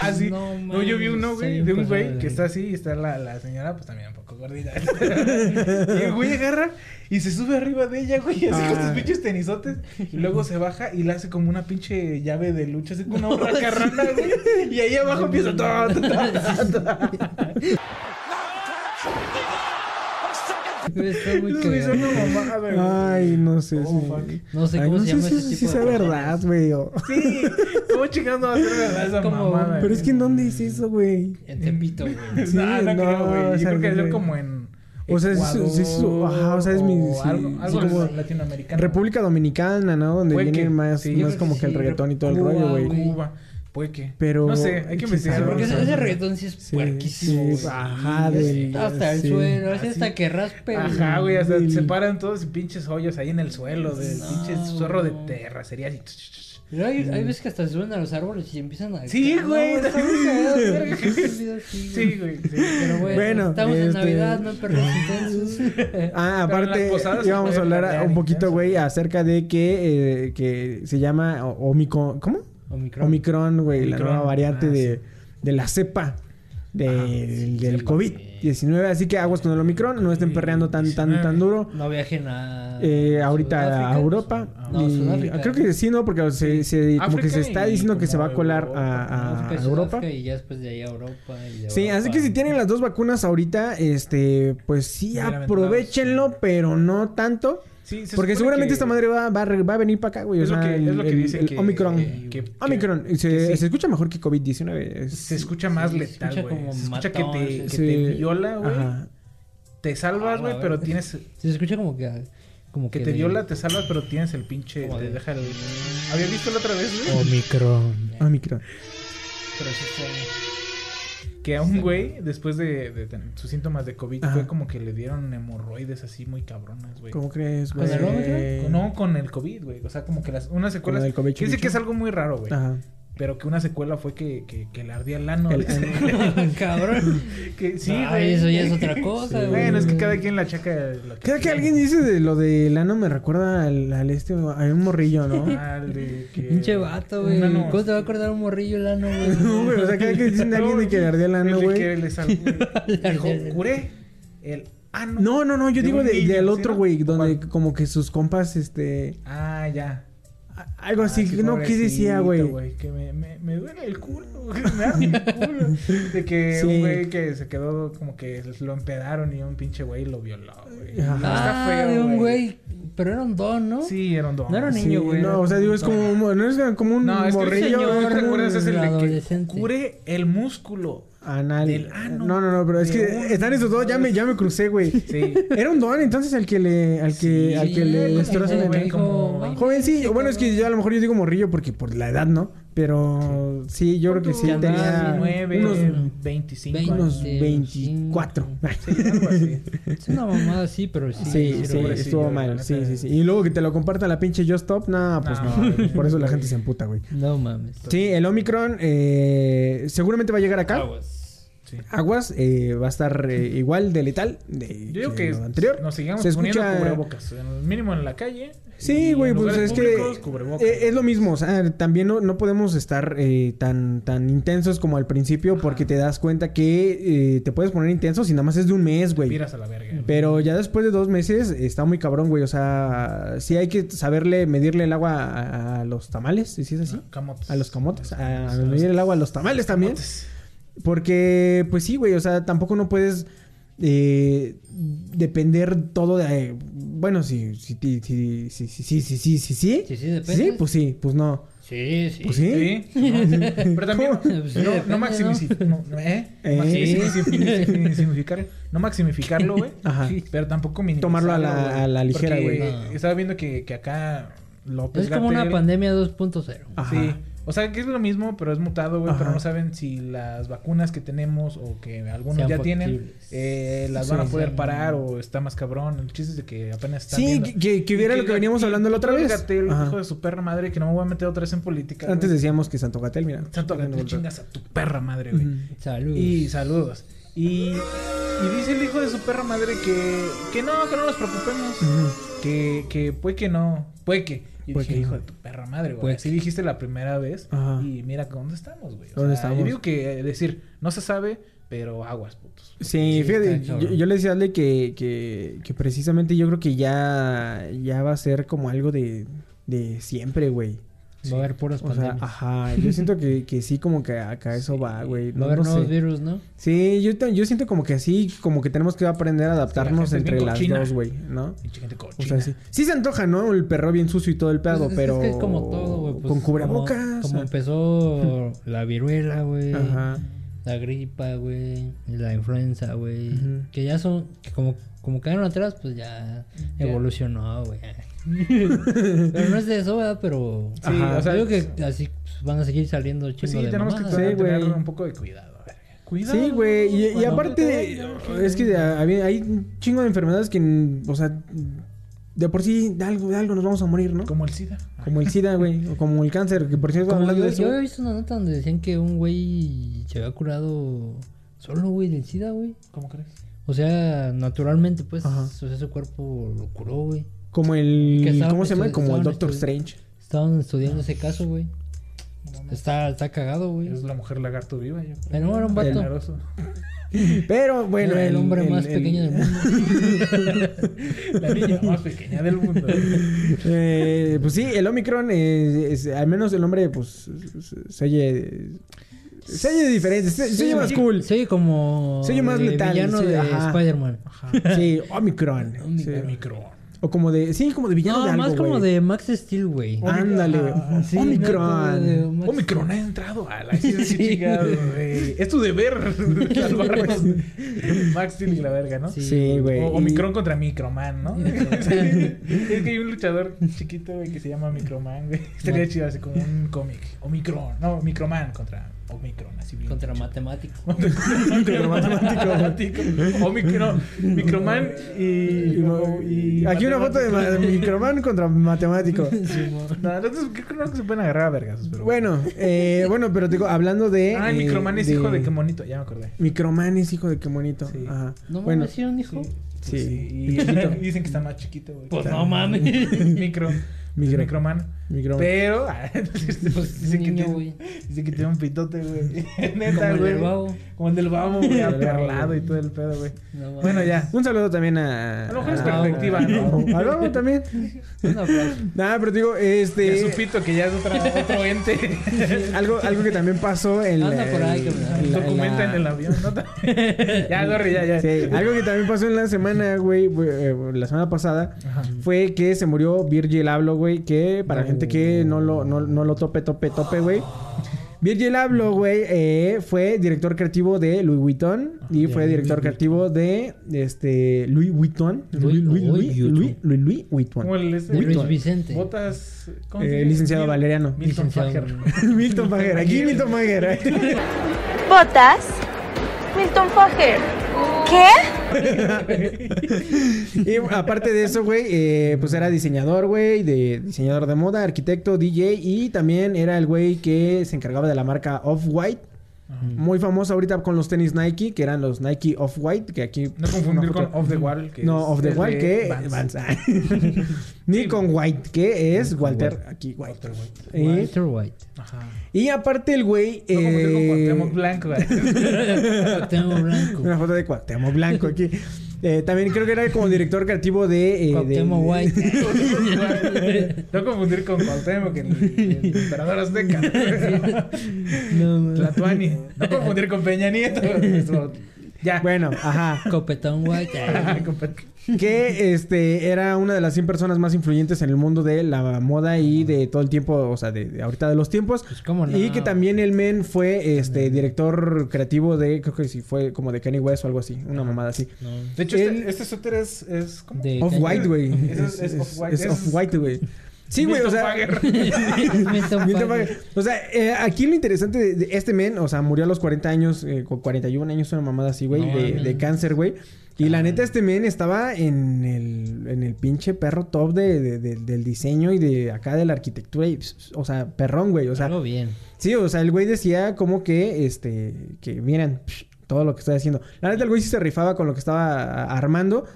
Speaker 5: Ah, sí.
Speaker 6: No
Speaker 5: No,
Speaker 6: mames,
Speaker 5: yo vi uno,
Speaker 6: está
Speaker 5: güey,
Speaker 6: bien
Speaker 5: de un
Speaker 6: pasado
Speaker 4: pues,
Speaker 5: güey
Speaker 6: de
Speaker 5: que
Speaker 6: verga.
Speaker 5: está así y está la, la señora, pues también un poco gordita. y el güey agarra y se sube arriba de ella, güey, así con sus
Speaker 4: Ah.
Speaker 5: pinches tenisotes. Y luego se baja y le hace como una pinche llave de lucha, así como una borra carrana, güey. Y ahí abajo empieza todo.
Speaker 6: Güey, está muy
Speaker 5: Eso es
Speaker 6: cagado.
Speaker 5: una mamada, güey.
Speaker 4: Ay, no sé.
Speaker 5: Oh,
Speaker 4: sí.
Speaker 5: fuck.
Speaker 6: No sé
Speaker 4: Ay,
Speaker 6: cómo
Speaker 4: no
Speaker 6: se
Speaker 4: sé
Speaker 6: llama
Speaker 4: si-
Speaker 6: ese
Speaker 4: si
Speaker 6: tipo de
Speaker 4: sea verdad, güey. o-
Speaker 5: Sí, ¿cómo chingando va a ser verdad esa
Speaker 6: Como-
Speaker 5: mamada?
Speaker 4: Pero es que
Speaker 5: güey?
Speaker 4: ¿en dónde es eso, güey?
Speaker 6: En Tepito, güey.
Speaker 4: sí,
Speaker 5: no, no,
Speaker 4: no,
Speaker 5: creo, güey. Yo
Speaker 4: o sea,
Speaker 5: creo que debe ser
Speaker 4: güey.
Speaker 5: como en.
Speaker 4: O sea, es-
Speaker 5: Ecuador
Speaker 4: es- es- ajá, o sea, es mi- sí,
Speaker 5: algo,
Speaker 4: sí,
Speaker 5: algo
Speaker 4: como-
Speaker 5: latinoamericano.
Speaker 4: República Dominicana, ¿no? Donde
Speaker 5: Puede
Speaker 4: viene
Speaker 5: que-
Speaker 4: más,
Speaker 5: sí, yo
Speaker 4: más
Speaker 6: creo
Speaker 4: como
Speaker 6: que
Speaker 4: que el
Speaker 6: sí,
Speaker 4: reggaetón y todo el
Speaker 6: Cuba,
Speaker 4: rollo, güey.
Speaker 6: güey.
Speaker 5: Cuba, puede que.
Speaker 4: Pero-
Speaker 5: No sé, hay que
Speaker 4: quién
Speaker 5: investigar.
Speaker 4: sabe.
Speaker 6: Porque ese,
Speaker 5: güey.
Speaker 6: ese reggaetón sí es
Speaker 4: Sí,
Speaker 6: puerquísimo.
Speaker 4: sí,
Speaker 6: güey.
Speaker 4: ajá,
Speaker 6: Y
Speaker 4: del-
Speaker 6: es Hasta el
Speaker 4: sí.
Speaker 6: suelo, es hasta
Speaker 5: Así.
Speaker 6: que raspe. güey.
Speaker 5: Ajá, güey, hasta
Speaker 4: Sí.
Speaker 5: se paran todos y pinches hoyos ahí en el suelo, de pinches zorro de terracería así.
Speaker 6: Pero hay, hay veces que hasta se suben a los árboles y empiezan a.
Speaker 5: Sí,
Speaker 6: No,
Speaker 5: güey,
Speaker 6: está
Speaker 5: sí.
Speaker 6: muy cagado, verga, que ese video sí, güey.
Speaker 5: Sí, güey. sí.
Speaker 6: Pero bueno,
Speaker 4: Bueno,
Speaker 6: estamos en
Speaker 4: este-
Speaker 6: Navidad, no hay perros intensos.
Speaker 4: Ah,
Speaker 5: Pero en
Speaker 4: aparte,
Speaker 5: las posadas se
Speaker 4: íbamos a
Speaker 5: puede
Speaker 4: hablar a-
Speaker 5: planear
Speaker 4: un
Speaker 5: intenso.
Speaker 4: poquito, güey, acerca de que, eh, que se llama o- Omicron. ¿Cómo?
Speaker 6: Omicron.
Speaker 4: Omicron, güey, la
Speaker 5: Omicron.
Speaker 4: nueva variante
Speaker 5: Ah,
Speaker 4: de, de la cepa de- del
Speaker 6: sí,
Speaker 4: COVID-19. Así que aguas con el Omicron, no estén perreando tan, tan, tan
Speaker 5: 19.
Speaker 4: duro.
Speaker 6: No viajen a.
Speaker 4: Eh, ahorita
Speaker 6: Sudáfrica.
Speaker 4: a Europa.
Speaker 5: pues,
Speaker 6: No,
Speaker 4: y-
Speaker 6: Sudáfrica.
Speaker 4: Creo que sí, ¿no? Porque se, se- como
Speaker 5: eh. África
Speaker 4: que se está
Speaker 5: y
Speaker 4: diciendo que se va a
Speaker 5: como
Speaker 4: colar
Speaker 5: Europa.
Speaker 4: a, a-
Speaker 6: África,
Speaker 4: a
Speaker 6: Sudáfrica
Speaker 4: Europa.
Speaker 6: Y ya después de ahí a Europa. y de
Speaker 4: Sí, así
Speaker 6: Europa.
Speaker 4: que si tienen las dos vacunas ahorita, este, pues sí,
Speaker 5: Muy lamentables.
Speaker 4: aprovechenlo, pero no tanto.
Speaker 5: Sí, se
Speaker 4: Porque
Speaker 5: supone
Speaker 4: seguramente
Speaker 5: que-
Speaker 4: esta madre va, va a re- va a venir para acá, güey. O
Speaker 5: Es lo
Speaker 4: sea,
Speaker 5: que- es lo que
Speaker 4: el-
Speaker 5: dicen
Speaker 4: el
Speaker 5: que-
Speaker 4: Omicron.
Speaker 5: que- que-
Speaker 4: Omicron.
Speaker 5: que
Speaker 4: se,
Speaker 5: sí.
Speaker 4: se escucha mejor que COVID-19. es-
Speaker 5: Se escucha más
Speaker 6: Sí, se
Speaker 5: letal,
Speaker 6: escucha
Speaker 5: güey.
Speaker 6: como
Speaker 5: Se escucha que
Speaker 6: matón,
Speaker 5: te, que
Speaker 6: sí.
Speaker 5: te
Speaker 4: se-
Speaker 5: viola, güey.
Speaker 4: Ajá.
Speaker 5: Te salvas,
Speaker 6: Ah,
Speaker 5: güey,
Speaker 6: la
Speaker 5: pero
Speaker 6: verga.
Speaker 5: tienes.
Speaker 6: Se escucha como que. Como
Speaker 5: Que
Speaker 6: que
Speaker 5: te
Speaker 6: de-
Speaker 5: viola, te salvas, pero tienes el pinche.
Speaker 6: Como
Speaker 5: Te
Speaker 6: de-
Speaker 5: deja el. Había visto la otra vez, güey.
Speaker 6: Omicron.
Speaker 4: Omicron.
Speaker 5: Pero sí
Speaker 4: Oh.
Speaker 5: fue- Que a un güey, después de, de tener sus síntomas de COVID,
Speaker 4: Ajá.
Speaker 5: fue como que le dieron hemorroides así muy cabronas, güey.
Speaker 4: ¿Cómo crees,
Speaker 6: ¿Con
Speaker 4: güey?
Speaker 6: el Omicron?
Speaker 5: No con el COVID, güey. O sea, como que las, unas secuelas.
Speaker 4: Eh, el COVID
Speaker 5: que dice
Speaker 4: chubicho.
Speaker 5: que es algo muy raro, güey.
Speaker 4: Ajá.
Speaker 5: Pero que una secuela fue que, que, que le ardía el ano.
Speaker 4: El-
Speaker 5: dice.
Speaker 6: Cabrón.
Speaker 5: que, sí,
Speaker 6: Ay,
Speaker 5: güey.
Speaker 6: eso ya es otra cosa, güey.
Speaker 5: Bueno, es que cada quien la checa. lo que
Speaker 4: Creo que
Speaker 5: quiere.
Speaker 4: alguien dice de lo del ano me recuerda al, al este, hay un morrillo, ¿no?
Speaker 5: Al de que-
Speaker 6: Pinche vato, güey.
Speaker 5: un ano-
Speaker 6: ¿Cómo te va a acordar un morrillo el ano, güey?
Speaker 4: No, güey, o sea, cada que dicen de alguien de que le ardía el ano,
Speaker 5: El de que
Speaker 4: güey.
Speaker 5: le sal- Dijo,
Speaker 6: el ano.
Speaker 5: curé el ano.
Speaker 4: No, no, no, yo
Speaker 5: De
Speaker 4: digo
Speaker 5: un
Speaker 4: de-
Speaker 5: niño,
Speaker 4: del
Speaker 5: ¿sí,
Speaker 4: otro,
Speaker 5: no?
Speaker 4: güey, donde
Speaker 5: ¿Cuál?
Speaker 4: como que sus compas, este...
Speaker 5: Ah, ya.
Speaker 4: Algo así,
Speaker 5: Ah,
Speaker 4: no, ¿qué decía,
Speaker 5: pobrecito,
Speaker 4: güey?
Speaker 5: Que me, me, me duele el culo, güey, me arde el culo. De que
Speaker 4: Sí.
Speaker 5: un güey que se quedó como que lo empedaron y un pinche güey lo violó, güey.
Speaker 4: Ajá.
Speaker 5: Está
Speaker 6: Ah,
Speaker 5: feo,
Speaker 6: de un güey. Pero era un don, ¿no?
Speaker 5: Sí, era un don.
Speaker 6: No era un
Speaker 4: Sí,
Speaker 6: niño, güey.
Speaker 4: no, o sea, digo, es como, un- no es como un
Speaker 5: No, es que el
Speaker 4: morrillo.
Speaker 5: señor,
Speaker 4: es como
Speaker 5: ¿recuerdas?
Speaker 4: un
Speaker 5: Es el de que
Speaker 6: adolescente.
Speaker 5: Cure el músculo.
Speaker 4: Anal.
Speaker 5: del ano.
Speaker 4: No, no, no, pero es
Speaker 5: De
Speaker 4: que
Speaker 5: un-
Speaker 4: están esos dos, ya me, ya me crucé, güey.
Speaker 5: Sí.
Speaker 4: Era un don, entonces, al que le, al que,
Speaker 5: Sí,
Speaker 4: al que le
Speaker 5: como
Speaker 4: destrozan el
Speaker 5: joven,
Speaker 4: ano.
Speaker 5: como-
Speaker 4: Joven, sí, bueno, es que yo a lo mejor yo digo morrillo porque por la edad, ¿no? Pero sí, yo creo que sí
Speaker 6: Ya andaba
Speaker 4: tenía unos,
Speaker 5: 19, 25 años.
Speaker 4: unos
Speaker 6: veinte,
Speaker 4: 24.
Speaker 5: Algo así.
Speaker 6: Es una mamada así, pero sí.
Speaker 4: Sí, sí,
Speaker 5: pobrecillo,
Speaker 4: estuvo
Speaker 5: la
Speaker 4: mal.
Speaker 5: neta.
Speaker 4: Sí, sí, sí. Y luego que te lo comparta la pinche Just Stop, nada, pues
Speaker 5: No,
Speaker 4: no.
Speaker 5: güey.
Speaker 4: Por eso la gente se emputa, güey.
Speaker 6: No mames.
Speaker 4: Sí, el Omicron eh, seguramente va a llegar
Speaker 5: Ah,
Speaker 4: acá.
Speaker 6: Aguas.
Speaker 4: Aguas eh, va a estar eh, igual de letal de
Speaker 5: Yo digo
Speaker 4: que
Speaker 5: que
Speaker 4: lo anterior.
Speaker 5: nos sigamos
Speaker 4: Se
Speaker 5: poniendo
Speaker 4: escucha-
Speaker 5: cubrebocas. en- Mínimo en la calle. y
Speaker 4: Sí, güey,
Speaker 5: en
Speaker 4: pues
Speaker 5: lugares
Speaker 4: es que
Speaker 5: públicos, cubrebocas.
Speaker 4: eh, es lo mismo. O sea, también no, no podemos estar eh, tan, tan intensos como al principio porque te das cuenta que eh, te puedes poner intenso si nada más es de un mes, güey.
Speaker 5: Tiras a la verga. güey.
Speaker 4: Pero ya después de dos meses está muy cabrón, güey. O sea, sí hay que saberle medirle el agua a, a los tamales, si es
Speaker 5: Ah,
Speaker 4: así.
Speaker 5: Camotes.
Speaker 4: A los camotes, a, a
Speaker 5: los-
Speaker 4: medir el agua a los tamales también. Porque, pues sí, güey, o sea, tampoco no puedes eh, depender todo de... eh, Bueno, sí, sí, sí, sí, sí, sí, sí, sí, sí, sí, sí.
Speaker 6: Sí, sí, depende.
Speaker 4: Sí, pues sí, pues no.
Speaker 6: Sí, sí.
Speaker 4: Pues sí.
Speaker 5: Sí. no, Pero también
Speaker 6: ¿Cómo? Pues sí,
Speaker 5: no,
Speaker 6: depende,
Speaker 5: no maximizar. No, no, ¿eh? Maximici-
Speaker 6: Sí.
Speaker 5: maximici- significar- no maximificarlo, güey.
Speaker 4: Ajá.
Speaker 5: Pero tampoco minimizarlo.
Speaker 4: Tomarlo a la-
Speaker 5: güey.
Speaker 4: a la ligera,
Speaker 5: Porque
Speaker 4: güey.
Speaker 6: No.
Speaker 5: Estaba viendo que, que acá López
Speaker 6: Es como una
Speaker 5: Gatell-
Speaker 6: pandemia 2.0.
Speaker 4: Ajá.
Speaker 5: Sí. O sea, que es lo mismo, pero es mutado, güey. Pero
Speaker 4: Ajá.
Speaker 5: no saben si las vacunas que tenemos o que algunos
Speaker 6: Sean
Speaker 5: ya tienen,
Speaker 6: factibles.
Speaker 5: eh, las
Speaker 4: Sí,
Speaker 5: van a poder
Speaker 6: sí.
Speaker 5: parar o está más cabrón. El chiste es de que apenas están
Speaker 4: Sí,
Speaker 5: viendo.
Speaker 4: que- que, que hubiera
Speaker 5: Y
Speaker 4: lo que veníamos
Speaker 5: y
Speaker 4: hablando la otra
Speaker 5: López
Speaker 4: vez.
Speaker 5: Gatell,
Speaker 4: Ajá.
Speaker 5: hijo de su perra madre, que no me voy a meter otra vez en política. güey.
Speaker 4: Antes decíamos que Santo Gatel, mira.
Speaker 5: Santo Gatell, chingas a tu perra madre, güey.
Speaker 4: Ujú.
Speaker 6: Salud.
Speaker 5: Y saludos. Y, y dice el hijo de su perra madre que, que no, que no nos preocupemos. Que, que puede que no, puede que. Y
Speaker 4: Puede
Speaker 5: dije,
Speaker 4: que no.
Speaker 5: hijo de tu perra madre, güey.
Speaker 6: Puede
Speaker 5: Así dijiste la primera vez.
Speaker 4: Ajá.
Speaker 5: Y mira dónde estamos, güey. O
Speaker 4: ¿Dónde
Speaker 5: sea,
Speaker 4: estamos?
Speaker 5: Yo digo que eh, decir, no se sabe, pero aguas, putos.
Speaker 4: Sí,
Speaker 6: Sí,
Speaker 4: fíjate,
Speaker 6: está
Speaker 4: yo,
Speaker 6: cabrón.
Speaker 4: yo le decía a Ale que, que, que precisamente yo creo que ya, ya va a ser como algo de, de siempre, güey.
Speaker 6: Va a haber puras
Speaker 4: O sea,
Speaker 6: pandemias.
Speaker 4: ajá, yo siento que, que sí, como que acá eso va, güey.
Speaker 6: va a
Speaker 4: No,
Speaker 6: haber
Speaker 4: no
Speaker 6: nuevos
Speaker 4: sé.
Speaker 6: virus, ¿no?
Speaker 4: Sí, yo, ta- yo siento como que sí, como que tenemos que aprender a adaptarnos
Speaker 5: gente es bien
Speaker 4: entre las
Speaker 5: cochina.
Speaker 4: dos, güey, ¿no?
Speaker 5: Pinche gente
Speaker 4: O
Speaker 5: cochina.
Speaker 4: sea, sí. sí se antoja, ¿no? El perro bien sucio y todo el pedo,
Speaker 6: Pues, es-
Speaker 4: pero...
Speaker 6: Es que es como todo, güey. pues,
Speaker 4: con
Speaker 6: como-
Speaker 4: cubrebocas. ah.
Speaker 6: Como, empezó la viruela, güey.
Speaker 4: Ajá.
Speaker 6: La gripa, güey. La influenza, güey.
Speaker 4: Ujú.
Speaker 6: Que ya son. Que como, como quedaron atrás, pues ya evolucionó, güey. pero no es de eso, ¿verdad? Pero.
Speaker 5: Sí, o sea,
Speaker 6: Yo creo que así pues, van a seguir saliendo
Speaker 5: Pues
Speaker 6: chingos
Speaker 5: sí,
Speaker 6: de
Speaker 5: tenemos que
Speaker 6: mamadas.
Speaker 4: Sí,
Speaker 5: tener tener
Speaker 4: güey.
Speaker 5: un poco de cuidado. verga. Cuidado.
Speaker 4: Sí, güey. Y, y
Speaker 5: cuando
Speaker 4: aparte,
Speaker 5: te vayas,
Speaker 4: de- es que de- había- hay un chingo de enfermedades que, mm, o sea, de por sí, de algo, de algo nos vamos a morir, ¿no?
Speaker 5: Como el SIDA.
Speaker 4: Como el SIDA, güey. O como el cáncer, que por cierto,
Speaker 6: Como
Speaker 4: hablando
Speaker 6: yo,
Speaker 4: de eso.
Speaker 6: yo había visto una nota donde decían que un güey se había curado solo, güey, del SIDA, güey.
Speaker 5: ¿Cómo crees?
Speaker 6: O sea, naturalmente, pues,
Speaker 4: Ajá.
Speaker 6: o sea, su cuerpo lo curó, güey.
Speaker 4: Como
Speaker 6: Que
Speaker 4: el.
Speaker 6: estaban
Speaker 4: ¿Cómo se llama?
Speaker 6: estu-
Speaker 4: Como el
Speaker 6: estaban
Speaker 4: Doctor
Speaker 6: estu-
Speaker 4: Strange.
Speaker 6: Estaban estudiando ese caso, güey. Está, está cagado, güey.
Speaker 5: Es la mujer lagarto viva, yo creo.
Speaker 6: Pero no, era un vato.
Speaker 5: Generoso.
Speaker 4: Pero bueno.
Speaker 6: Era el, hombre más
Speaker 4: el-
Speaker 6: pequeño del mundo.
Speaker 5: La niña más pequeña del mundo.
Speaker 4: Eh, pues sí, el Omicron, eh, es- al menos el hombre, pues. se- Se oye. Se oye diferente, se, se oye más cool.
Speaker 6: Se oye como.
Speaker 4: Se oye más
Speaker 6: de
Speaker 4: letal,
Speaker 6: villano
Speaker 4: sí,
Speaker 6: de
Speaker 4: ajá.
Speaker 6: Spider-Man.
Speaker 4: Sí, Omicron. sí.
Speaker 5: Micro.
Speaker 4: O como de. Sí, como de villano
Speaker 6: No,
Speaker 4: de algo.
Speaker 6: más como
Speaker 4: güey.
Speaker 6: de Max Steel, güey.
Speaker 4: Ándale.
Speaker 6: Ah, sí, no, como de
Speaker 4: Omicron.
Speaker 6: Max-
Speaker 5: Omicron ha entrado a la sí,
Speaker 6: Sí.
Speaker 5: chingado, güey. Es tu deber salvarnos. Max Steel y la verga, ¿no?
Speaker 6: Sí.
Speaker 4: Sí, güey.
Speaker 5: O
Speaker 4: y-
Speaker 5: Omicron contra Microman, ¿no? Sí. es que hay un luchador chiquito, güey, que se llama Microman, güey. Estaría chido así como un cómic. Omicron. No, Microman contra Omicron, así bien.
Speaker 6: Contra matemático.
Speaker 5: Contra matemático. Omicron. Microman y.
Speaker 4: y- y- aquí una foto de ma- Microman contra matemático.
Speaker 5: No, entonces creo que no se pueden agarrar a vergas, pero.
Speaker 4: Bueno, eh, bueno, pero te digo, hablando de.
Speaker 5: Ah, el
Speaker 4: eh,
Speaker 5: Microman es hijo de qué monito, ya me acordé.
Speaker 4: Microman es hijo de qué bonito.
Speaker 5: Sí.
Speaker 4: Ajá.
Speaker 6: No
Speaker 4: bueno,
Speaker 6: mames, ¿sí era un hijo.
Speaker 4: sí.
Speaker 5: Y
Speaker 4: Chiquito.
Speaker 5: dicen que está más chiquito, güey.
Speaker 6: Pues
Speaker 5: Está-
Speaker 6: no mames.
Speaker 5: Micro. Es
Speaker 4: Micro-
Speaker 5: Microman.
Speaker 4: Microman.
Speaker 5: Pero. pues, dicen, que
Speaker 6: niño,
Speaker 5: tiene,
Speaker 6: güey.
Speaker 5: dicen que tiene un pitote, güey.
Speaker 6: Como
Speaker 5: Neta,
Speaker 6: el
Speaker 5: güey.
Speaker 6: del babo.
Speaker 5: Como el del babo, güey.
Speaker 4: El babo,
Speaker 5: Aperlado
Speaker 4: güey.
Speaker 5: y todo el pedo, güey.
Speaker 6: No mames.
Speaker 5: Bueno, ya.
Speaker 4: Un saludo también a.
Speaker 5: A lo mejor es
Speaker 4: a-
Speaker 5: perspectiva, ¿no?
Speaker 4: A Lobo también.
Speaker 6: Un aplauso.
Speaker 4: Nada, pero te digo,
Speaker 5: Ya
Speaker 4: este.
Speaker 5: es un pito que ya es otra, otro ente.
Speaker 4: Algo, algo que también pasó en.
Speaker 6: Anda
Speaker 4: la-
Speaker 6: por ahí, cabrón.
Speaker 4: en la-
Speaker 5: Documenta en el avión, ¿no? ya, Gorri, ya, ya.
Speaker 4: Sí, algo que también pasó en la semana, güey, güey, eh, la semana pasada,
Speaker 5: Ajá. Oh.
Speaker 4: fue que se murió Virgil Abloh, güey, que para gente que no lo, no, no lo tope, tope, tope, güey. Virgil Abloh, güey, eh, fue director creativo de Louis Vuitton y
Speaker 5: Ah,
Speaker 4: fue director creativo de este Louis Vuitton.
Speaker 6: Louis-
Speaker 4: Louis, Louis, Louis,
Speaker 6: Louis
Speaker 4: Louis, Louis, Louis Vuitton.
Speaker 5: Como el ese-
Speaker 6: De Luis
Speaker 5: Milton.
Speaker 6: Vicente.
Speaker 5: Botas. ¿cómo
Speaker 4: Eh,
Speaker 5: se dice?
Speaker 4: licenciado
Speaker 5: Mil-
Speaker 4: Valeriano.
Speaker 5: Milton
Speaker 6: Licenciado.
Speaker 5: Fager.
Speaker 4: Milton Maguera, aquí Milton ¿eh? Maguera.
Speaker 3: ¿Botas? Milton Fager. ¿Qué?
Speaker 4: Y aparte de eso, güey, eh, pues era diseñador, güey, de diseñador de moda, arquitecto, DJ y también era el güey que se encargaba de la marca Off-White. Muy famosa ahorita con los tenis Nike, que eran los Nike Off-White, que aquí... pues,
Speaker 5: No confundir
Speaker 4: una
Speaker 5: con
Speaker 4: foto-
Speaker 5: Off the Wall. que
Speaker 4: No,
Speaker 5: es
Speaker 4: Off the
Speaker 5: el
Speaker 4: Wall,
Speaker 5: de
Speaker 4: que...
Speaker 5: Vans.
Speaker 4: Vans. Ni con White, que es Walter aquí White.
Speaker 5: Walter White.
Speaker 4: Eh,
Speaker 6: Walter White.
Speaker 5: Ajá.
Speaker 4: y aparte el güey...
Speaker 5: No confundir con
Speaker 4: eh,
Speaker 5: Cuauhtémoc Blanco. güey.
Speaker 6: Cuauhtémoc Blanco.
Speaker 4: Una foto de Cuauhtémoc Blanco aquí. Eh, también creo que era como director creativo de... eh, de-
Speaker 6: Cuauhtémoc White.
Speaker 5: No confundir con Cuauhtémoc, el, el emperador azteca.
Speaker 6: no, mames.
Speaker 5: Tlatuani. No confundir con Peña Nieto. Eso- Ya.
Speaker 4: Bueno, ajá.
Speaker 6: Copetón White.
Speaker 5: Con Pe-
Speaker 4: que este era una de las 100 personas más influyentes en el mundo de la moda y de todo el tiempo, o sea, de, de ahorita de los tiempos.
Speaker 6: Pues, ¿cómo no?
Speaker 4: Y que también el men fue este director creativo de creo que sí fue como de Kenny West o algo así, una mamada así.
Speaker 6: No.
Speaker 5: De hecho,
Speaker 4: El-
Speaker 5: este, este suéter es, es ¿cómo?
Speaker 6: De
Speaker 4: Off White, güey.
Speaker 5: Eso es- es Off-White,
Speaker 4: es
Speaker 5: es-
Speaker 4: Off-White, güey. Sí, güey, o
Speaker 5: Milton
Speaker 4: sea,
Speaker 5: Fager.
Speaker 6: Milton Fager.
Speaker 4: Bien te pague. O sea, eh, aquí lo interesante de, de este men, o sea, murió a los 40 años, eh, con 41 años, una mamada así, güey,
Speaker 6: No
Speaker 4: de,
Speaker 6: mames.
Speaker 4: de cáncer, güey. Y la neta, este men estaba en el, en el pinche perro top de, de- de- del diseño y de acá de la arquitectura. y, o sea, perrón, güey. O sea,
Speaker 6: Algo bien.
Speaker 4: sí, o sea, el güey decía como que, este, que miren todo lo que estoy haciendo. La neta, el güey sí se rifaba con lo que estaba a- armando.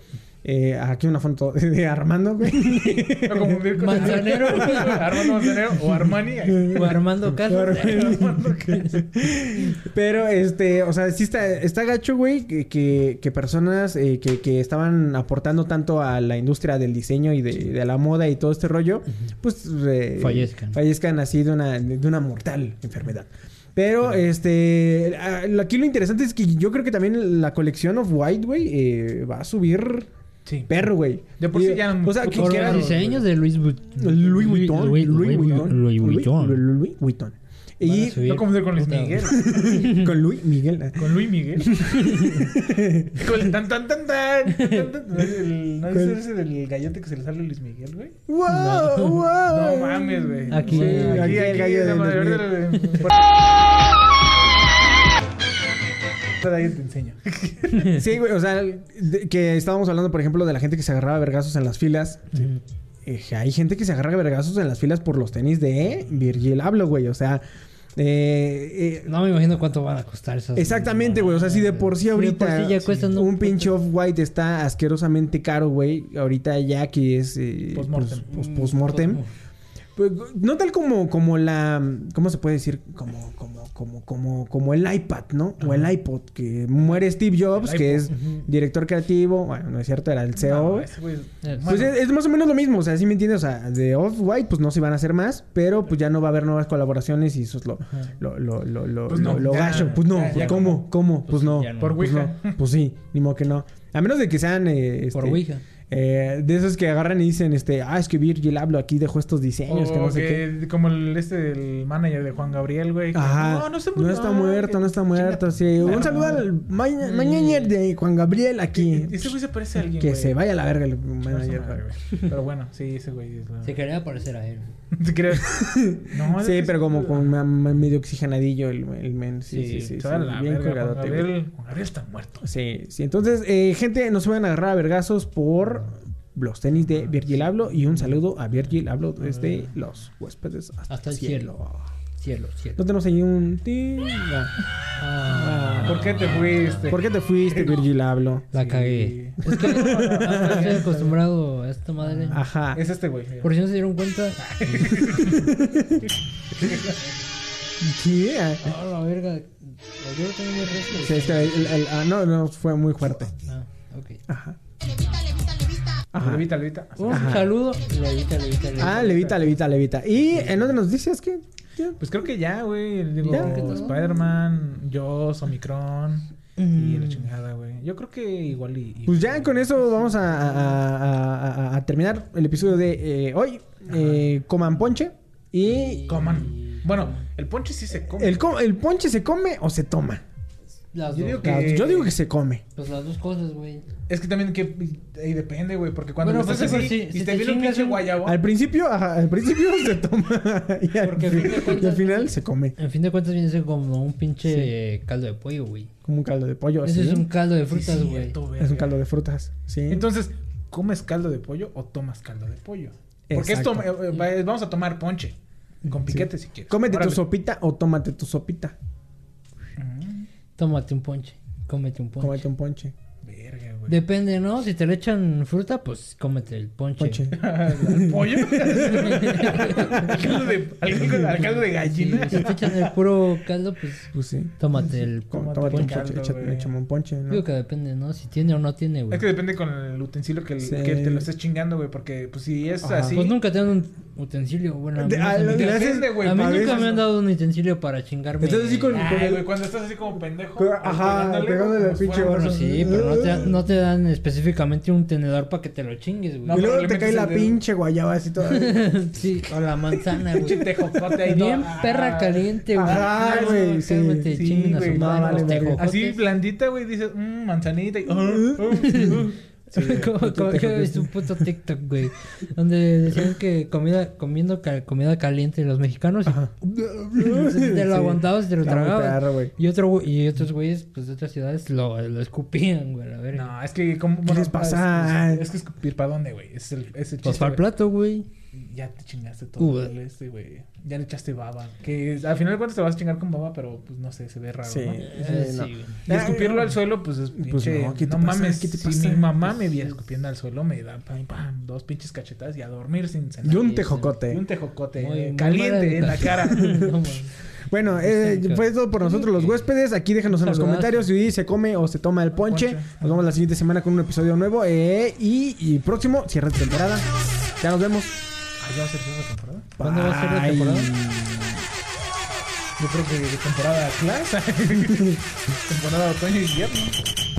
Speaker 4: Eh, aquí una foto de Armando, güey.
Speaker 5: No confundir con
Speaker 6: Manzanero.
Speaker 5: Armando Manzanero o Armani.
Speaker 6: O Armando Castro.
Speaker 4: Pero, este, o sea, sí está, está gacho, güey, que, que, que personas eh, que, que estaban aportando tanto a la industria del diseño y de, de la moda y todo este rollo, pues... eh,
Speaker 6: Fallezcan.
Speaker 4: Fallezcan así de una, de una mortal enfermedad. Pero, este, a- lo- aquí lo interesante es que yo creo que también la colección of white, güey, eh, va a subir
Speaker 5: Sí.
Speaker 4: perro, güey.
Speaker 5: De por sí
Speaker 4: Y,
Speaker 5: ya-
Speaker 4: O sea, que,
Speaker 6: Por
Speaker 4: que
Speaker 6: los
Speaker 4: era-
Speaker 6: diseños de Luis Vu-
Speaker 4: Louis Vuitton.
Speaker 6: Louis Louis Vuitton.
Speaker 4: Louis
Speaker 6: Louis Vuitton.
Speaker 4: Louis Vuitton.
Speaker 6: Van a
Speaker 4: Y
Speaker 6: subir.
Speaker 5: No confundir con Luis
Speaker 6: Puta.
Speaker 5: Miguel.
Speaker 4: con Luis Miguel.
Speaker 5: Con Luis Miguel. con el tan tan tan tan. tan, tan. El- ¿No es ese del gallote que se le sale a Luis Miguel, güey?
Speaker 4: ¡Wow! ¡Wow!
Speaker 5: No mames, güey.
Speaker 6: Aquí,
Speaker 5: Sí,
Speaker 6: aquí,
Speaker 5: aquí,
Speaker 4: el gallo de
Speaker 5: la
Speaker 4: Luis
Speaker 5: mayor de los- Por ahí te enseño.
Speaker 4: Sí, güey, o sea, de- que estábamos hablando, por ejemplo, de la gente que se agarraba a vergazos en las filas. Eh, hay gente que se agarra a vergazos en las filas por los tenis de Virgil Abloh, güey. O sea, eh, eh,
Speaker 6: No me imagino cuánto van a costar esas.
Speaker 4: exactamente, güey. O sea, si de por sí ahorita
Speaker 6: De por sí ya cuestan
Speaker 4: un pinche off-white está asquerosamente caro, güey. Ahorita ya que es... eh,
Speaker 5: Postmortem. Mm,
Speaker 4: pues, pues, postmortem. Pues, no tal como, como la. ¿Cómo se puede decir? Como, como, como, como, como el iPad, ¿no? O el iPod, que muere Steve Jobs,
Speaker 5: El
Speaker 4: que
Speaker 5: iPod.
Speaker 4: es director creativo. Bueno, no es cierto, era el CEO.
Speaker 5: No,
Speaker 4: güey.
Speaker 5: ese güey es-
Speaker 4: pues
Speaker 5: bueno.
Speaker 4: es, es más o menos lo mismo, o sea, ¿sí me entiendes? O sea, de Off-White, pues no se van a hacer más, pero pues ya no va a haber nuevas colaboraciones y eso es lo, lo, lo, lo, lo,
Speaker 5: Pues no,
Speaker 4: lo- lo
Speaker 5: ya,
Speaker 4: gacho. Pues no,
Speaker 5: ya, ya
Speaker 4: ¿cómo? ¿Cómo? Pues, no.
Speaker 6: ya no.
Speaker 5: Por
Speaker 4: pues,
Speaker 5: Ouija.
Speaker 4: no. Pues sí, ni modo que no. A menos de que sean. eh,
Speaker 6: Por
Speaker 4: este,
Speaker 6: Ouija.
Speaker 4: eh, de esos que agarran y dicen, este, ah, es que Virgil hablo aquí dejó estos diseños, que no
Speaker 5: O
Speaker 4: sé qué.
Speaker 5: que- Como el, este, el manager de Juan Gabriel, güey. que,
Speaker 4: Ajá.
Speaker 5: No, no se
Speaker 4: No está muerto, no está muerto. Sí. Un saludo al maña- manager de Juan Gabriel aquí.
Speaker 5: Mm. E-, Ese güey se parece a alguien.
Speaker 4: Que
Speaker 5: güey.
Speaker 4: se vaya a la verga el
Speaker 5: No, esa
Speaker 4: manager.
Speaker 5: madre, güey. Pero bueno, sí, ese güey. es la-
Speaker 6: Se quería parecer a él.
Speaker 5: Te creo. No, es
Speaker 4: Sí,
Speaker 5: que-
Speaker 4: pero como con ma- ma- medio oxigenadillo el, el men. Sí,
Speaker 6: Sí,
Speaker 4: sí, sí. sí,
Speaker 5: Toda la
Speaker 4: bien
Speaker 5: verga, Juan
Speaker 4: colgadote, güey.
Speaker 5: Gabriel. Juan Gabriel está muerto.
Speaker 4: Sí, sí. Entonces, eh, gente, no se van a agarrar a vergazos por los tenis de Virgil Hablo. Y un saludo a Virgil Hablo desde los huéspedes hasta, el cielo.
Speaker 6: Cielo, cielo.
Speaker 4: No tenemos ahí un... ti? No.
Speaker 6: Ah,
Speaker 5: ¿Por qué te fuiste?
Speaker 4: ¿Por qué te fuiste, Virgil Hablo?
Speaker 6: la cagué. Es que no, no, no estoy acostumbrado a esta madre.
Speaker 4: Ajá.
Speaker 5: Es este güey. mira.
Speaker 6: Por si no se dieron cuenta.
Speaker 4: ¿Qué?
Speaker 6: Ah, la verga. La verga tengo muy resto.
Speaker 4: Sí, este, el- el- ah, no, no, fue muy fuerte.
Speaker 6: Ah, ok.
Speaker 4: Ajá.
Speaker 7: Levita, levita, levita.
Speaker 4: Ajá.
Speaker 5: Levita, levita.
Speaker 6: Un saludo. Levita, levita, levita.
Speaker 4: Ah, levita, levita, levita. Y en otra noticia es que... ya,
Speaker 5: Pues creo que ya, güey. Digo,
Speaker 4: Ya, que todo.
Speaker 5: Spider-Man, Joss, Omicron y la chingada, güey. Yo creo que igual y... y-
Speaker 4: Mm. Pues ya con eso vamos a, a- a- a- a terminar el episodio de eh, hoy. Eh, coman ponche. Y
Speaker 5: Coman. Bueno, el ponche sí se come.
Speaker 4: el, co- el ponche se come o se toma.
Speaker 6: Las
Speaker 5: Yo
Speaker 6: dos.
Speaker 5: digo que-
Speaker 4: Las- Yo digo que se come.
Speaker 6: Pues las dos cosas, güey.
Speaker 5: Es que también que... Ahí depende, güey. Porque cuando
Speaker 6: Bueno,
Speaker 5: estás
Speaker 6: pues sí,
Speaker 5: así
Speaker 6: pues sí,
Speaker 5: y
Speaker 6: si
Speaker 5: te,
Speaker 6: te
Speaker 5: viene un
Speaker 6: chingas
Speaker 5: pinche
Speaker 6: un-
Speaker 5: guayabo...
Speaker 4: Al principio, ajá, al principio se toma. Y al,
Speaker 6: Porque a fin de
Speaker 4: fin- y
Speaker 6: cuentas-
Speaker 4: al final se come.
Speaker 6: En fin de cuentas viene a ser como un pinche eh, caldo de pollo, güey.
Speaker 4: Como un caldo de pollo.
Speaker 6: Ese
Speaker 4: así.
Speaker 6: es un caldo de
Speaker 5: Sí,
Speaker 6: frutas, güey.
Speaker 5: cierto,
Speaker 4: Es un
Speaker 5: verga.
Speaker 4: caldo de frutas. Sí.
Speaker 5: Entonces, ¿comes caldo de pollo o tomas caldo de pollo? Porque esto, eh,
Speaker 4: Exacto.
Speaker 5: vamos a tomar ponche. Con piquete si quieres.
Speaker 4: Cómete
Speaker 5: Órale.
Speaker 4: tu sopita o tómate tu sopita.
Speaker 6: Tómate un ponche. Cómete un ponche.
Speaker 4: Cómete un ponche.
Speaker 5: Verga, güey.
Speaker 6: Depende, ¿no? Si te le echan fruta, pues cómete el ponche.
Speaker 4: Ponche.
Speaker 5: ¿Al pollo? ¿Al caldo de, al caldo- al caldo de
Speaker 6: Sí,
Speaker 5: gallina?
Speaker 6: si te echan el puro caldo, pues
Speaker 4: Pues sí.
Speaker 6: tómate el
Speaker 4: Como-
Speaker 6: ponche.
Speaker 4: Tómate un ponche.
Speaker 5: ponche. Caldo,
Speaker 4: échate-
Speaker 5: güey.
Speaker 4: Échame un ponche, ¿no?
Speaker 6: Digo que depende, ¿no? Si tiene o no tiene, güey.
Speaker 5: Es que depende con el utensilio que, el-
Speaker 4: Sí.
Speaker 5: que te lo estés chingando, güey. Porque pues, si es
Speaker 4: Ajá.
Speaker 5: así...
Speaker 6: Pues nunca te dan un utensilio, bueno. al
Speaker 4: De-
Speaker 6: menos
Speaker 4: a-
Speaker 6: a, mí,
Speaker 4: le haces-
Speaker 5: Depende, güey.
Speaker 6: a mí
Speaker 4: a
Speaker 6: nunca
Speaker 4: veces
Speaker 6: me han
Speaker 4: no.
Speaker 6: dado un utensilio para chingarme.
Speaker 4: Entonces, sí, con-
Speaker 5: Ay, güey, cuando estás así como pendejo. pues,
Speaker 4: Ajá,
Speaker 5: pegándole,
Speaker 4: pegándole
Speaker 5: como
Speaker 4: al
Speaker 5: si
Speaker 4: pinche
Speaker 5: fuera un-
Speaker 4: barro.
Speaker 6: Bueno, sí, pero no te, dan- no te dan específicamente un tenedor para que te lo chingues,
Speaker 5: No,
Speaker 4: y
Speaker 6: güey.
Speaker 5: pero
Speaker 4: luego
Speaker 5: le
Speaker 4: te cae
Speaker 5: metes
Speaker 4: la
Speaker 5: el dedo.
Speaker 4: pinche guayaba así toda.
Speaker 6: sí, o la manzana,
Speaker 5: Pinche
Speaker 6: güey.
Speaker 5: tejocote ahí.
Speaker 6: Bien
Speaker 5: todo. Ah,
Speaker 6: perra caliente, güey. Ah,
Speaker 4: Ajá,
Speaker 6: No,
Speaker 4: güey,
Speaker 6: no,
Speaker 4: sí,
Speaker 6: Cálmate,
Speaker 5: sí,
Speaker 6: chinguen a su
Speaker 5: güey, no,
Speaker 6: madre
Speaker 4: vale,
Speaker 6: los
Speaker 4: verga.
Speaker 6: tejocotes.
Speaker 5: Así blandita, güey, dices, mmm, manzanita y... "Ah, ah, ah".
Speaker 6: como como que es un puto TikTok, güey. Donde decían que comida, comiendo cal- comida caliente los mexicanos. Te lo aguantabas y te lo
Speaker 4: Está muy
Speaker 6: tragabas.
Speaker 4: perro, güey.
Speaker 6: Y, otro, güey- y otros güeyes, pues de otras ciudades, lo, lo escupían, güey, a ver.
Speaker 5: No, es que como bueno,
Speaker 4: les pasa?
Speaker 5: Es, es que escupir para dónde, güey. Es el, es el
Speaker 6: Pues
Speaker 5: chiste,
Speaker 6: para el
Speaker 5: güey.
Speaker 6: plato, güey.
Speaker 5: Ya te chingaste todo
Speaker 4: Uh,
Speaker 6: Uy.
Speaker 5: el este, güey. Ya le echaste baba. Que es- al final de cuentas te vas a chingar con baba, pero pues no sé, se ve raro,
Speaker 4: Sí.
Speaker 5: ¿no?
Speaker 6: Eh,
Speaker 4: sí, no.
Speaker 6: sí, güey.
Speaker 5: Y escupirlo al suelo, pues es
Speaker 4: Pues
Speaker 5: pinche,
Speaker 4: no,
Speaker 5: no,
Speaker 4: ¿qué te pasa?
Speaker 5: mames,
Speaker 4: ¿Qué te
Speaker 5: si
Speaker 4: pasa?
Speaker 5: mi mamá me viera escupiendo al suelo, me da pam, pam, dos pinches cachetadas y a dormir sin cenar.
Speaker 4: Y un tejocote.
Speaker 5: Y un tejocote
Speaker 6: Muy-
Speaker 5: eh,
Speaker 6: muy
Speaker 5: caliente
Speaker 6: mala
Speaker 5: en la cara.
Speaker 6: educación. No, mames.
Speaker 4: Bueno, eh,
Speaker 6: Exacto.
Speaker 4: fue todo por nosotros los huéspedes. Aquí déjanos en los
Speaker 6: Saludazo.
Speaker 4: comentarios si se come o se toma el ponche.
Speaker 5: Ponche.
Speaker 4: Nos vemos la siguiente semana con un episodio nuevo. eh, y, y próximo, cierre de temporada. Ya nos vemos.
Speaker 5: ¿Ya va a ser segunda temporada?
Speaker 6: ¿Cuándo va a ser la
Speaker 4: Bye.
Speaker 6: temporada?
Speaker 5: Yo creo que temporada clase. temporada otoño y invierno.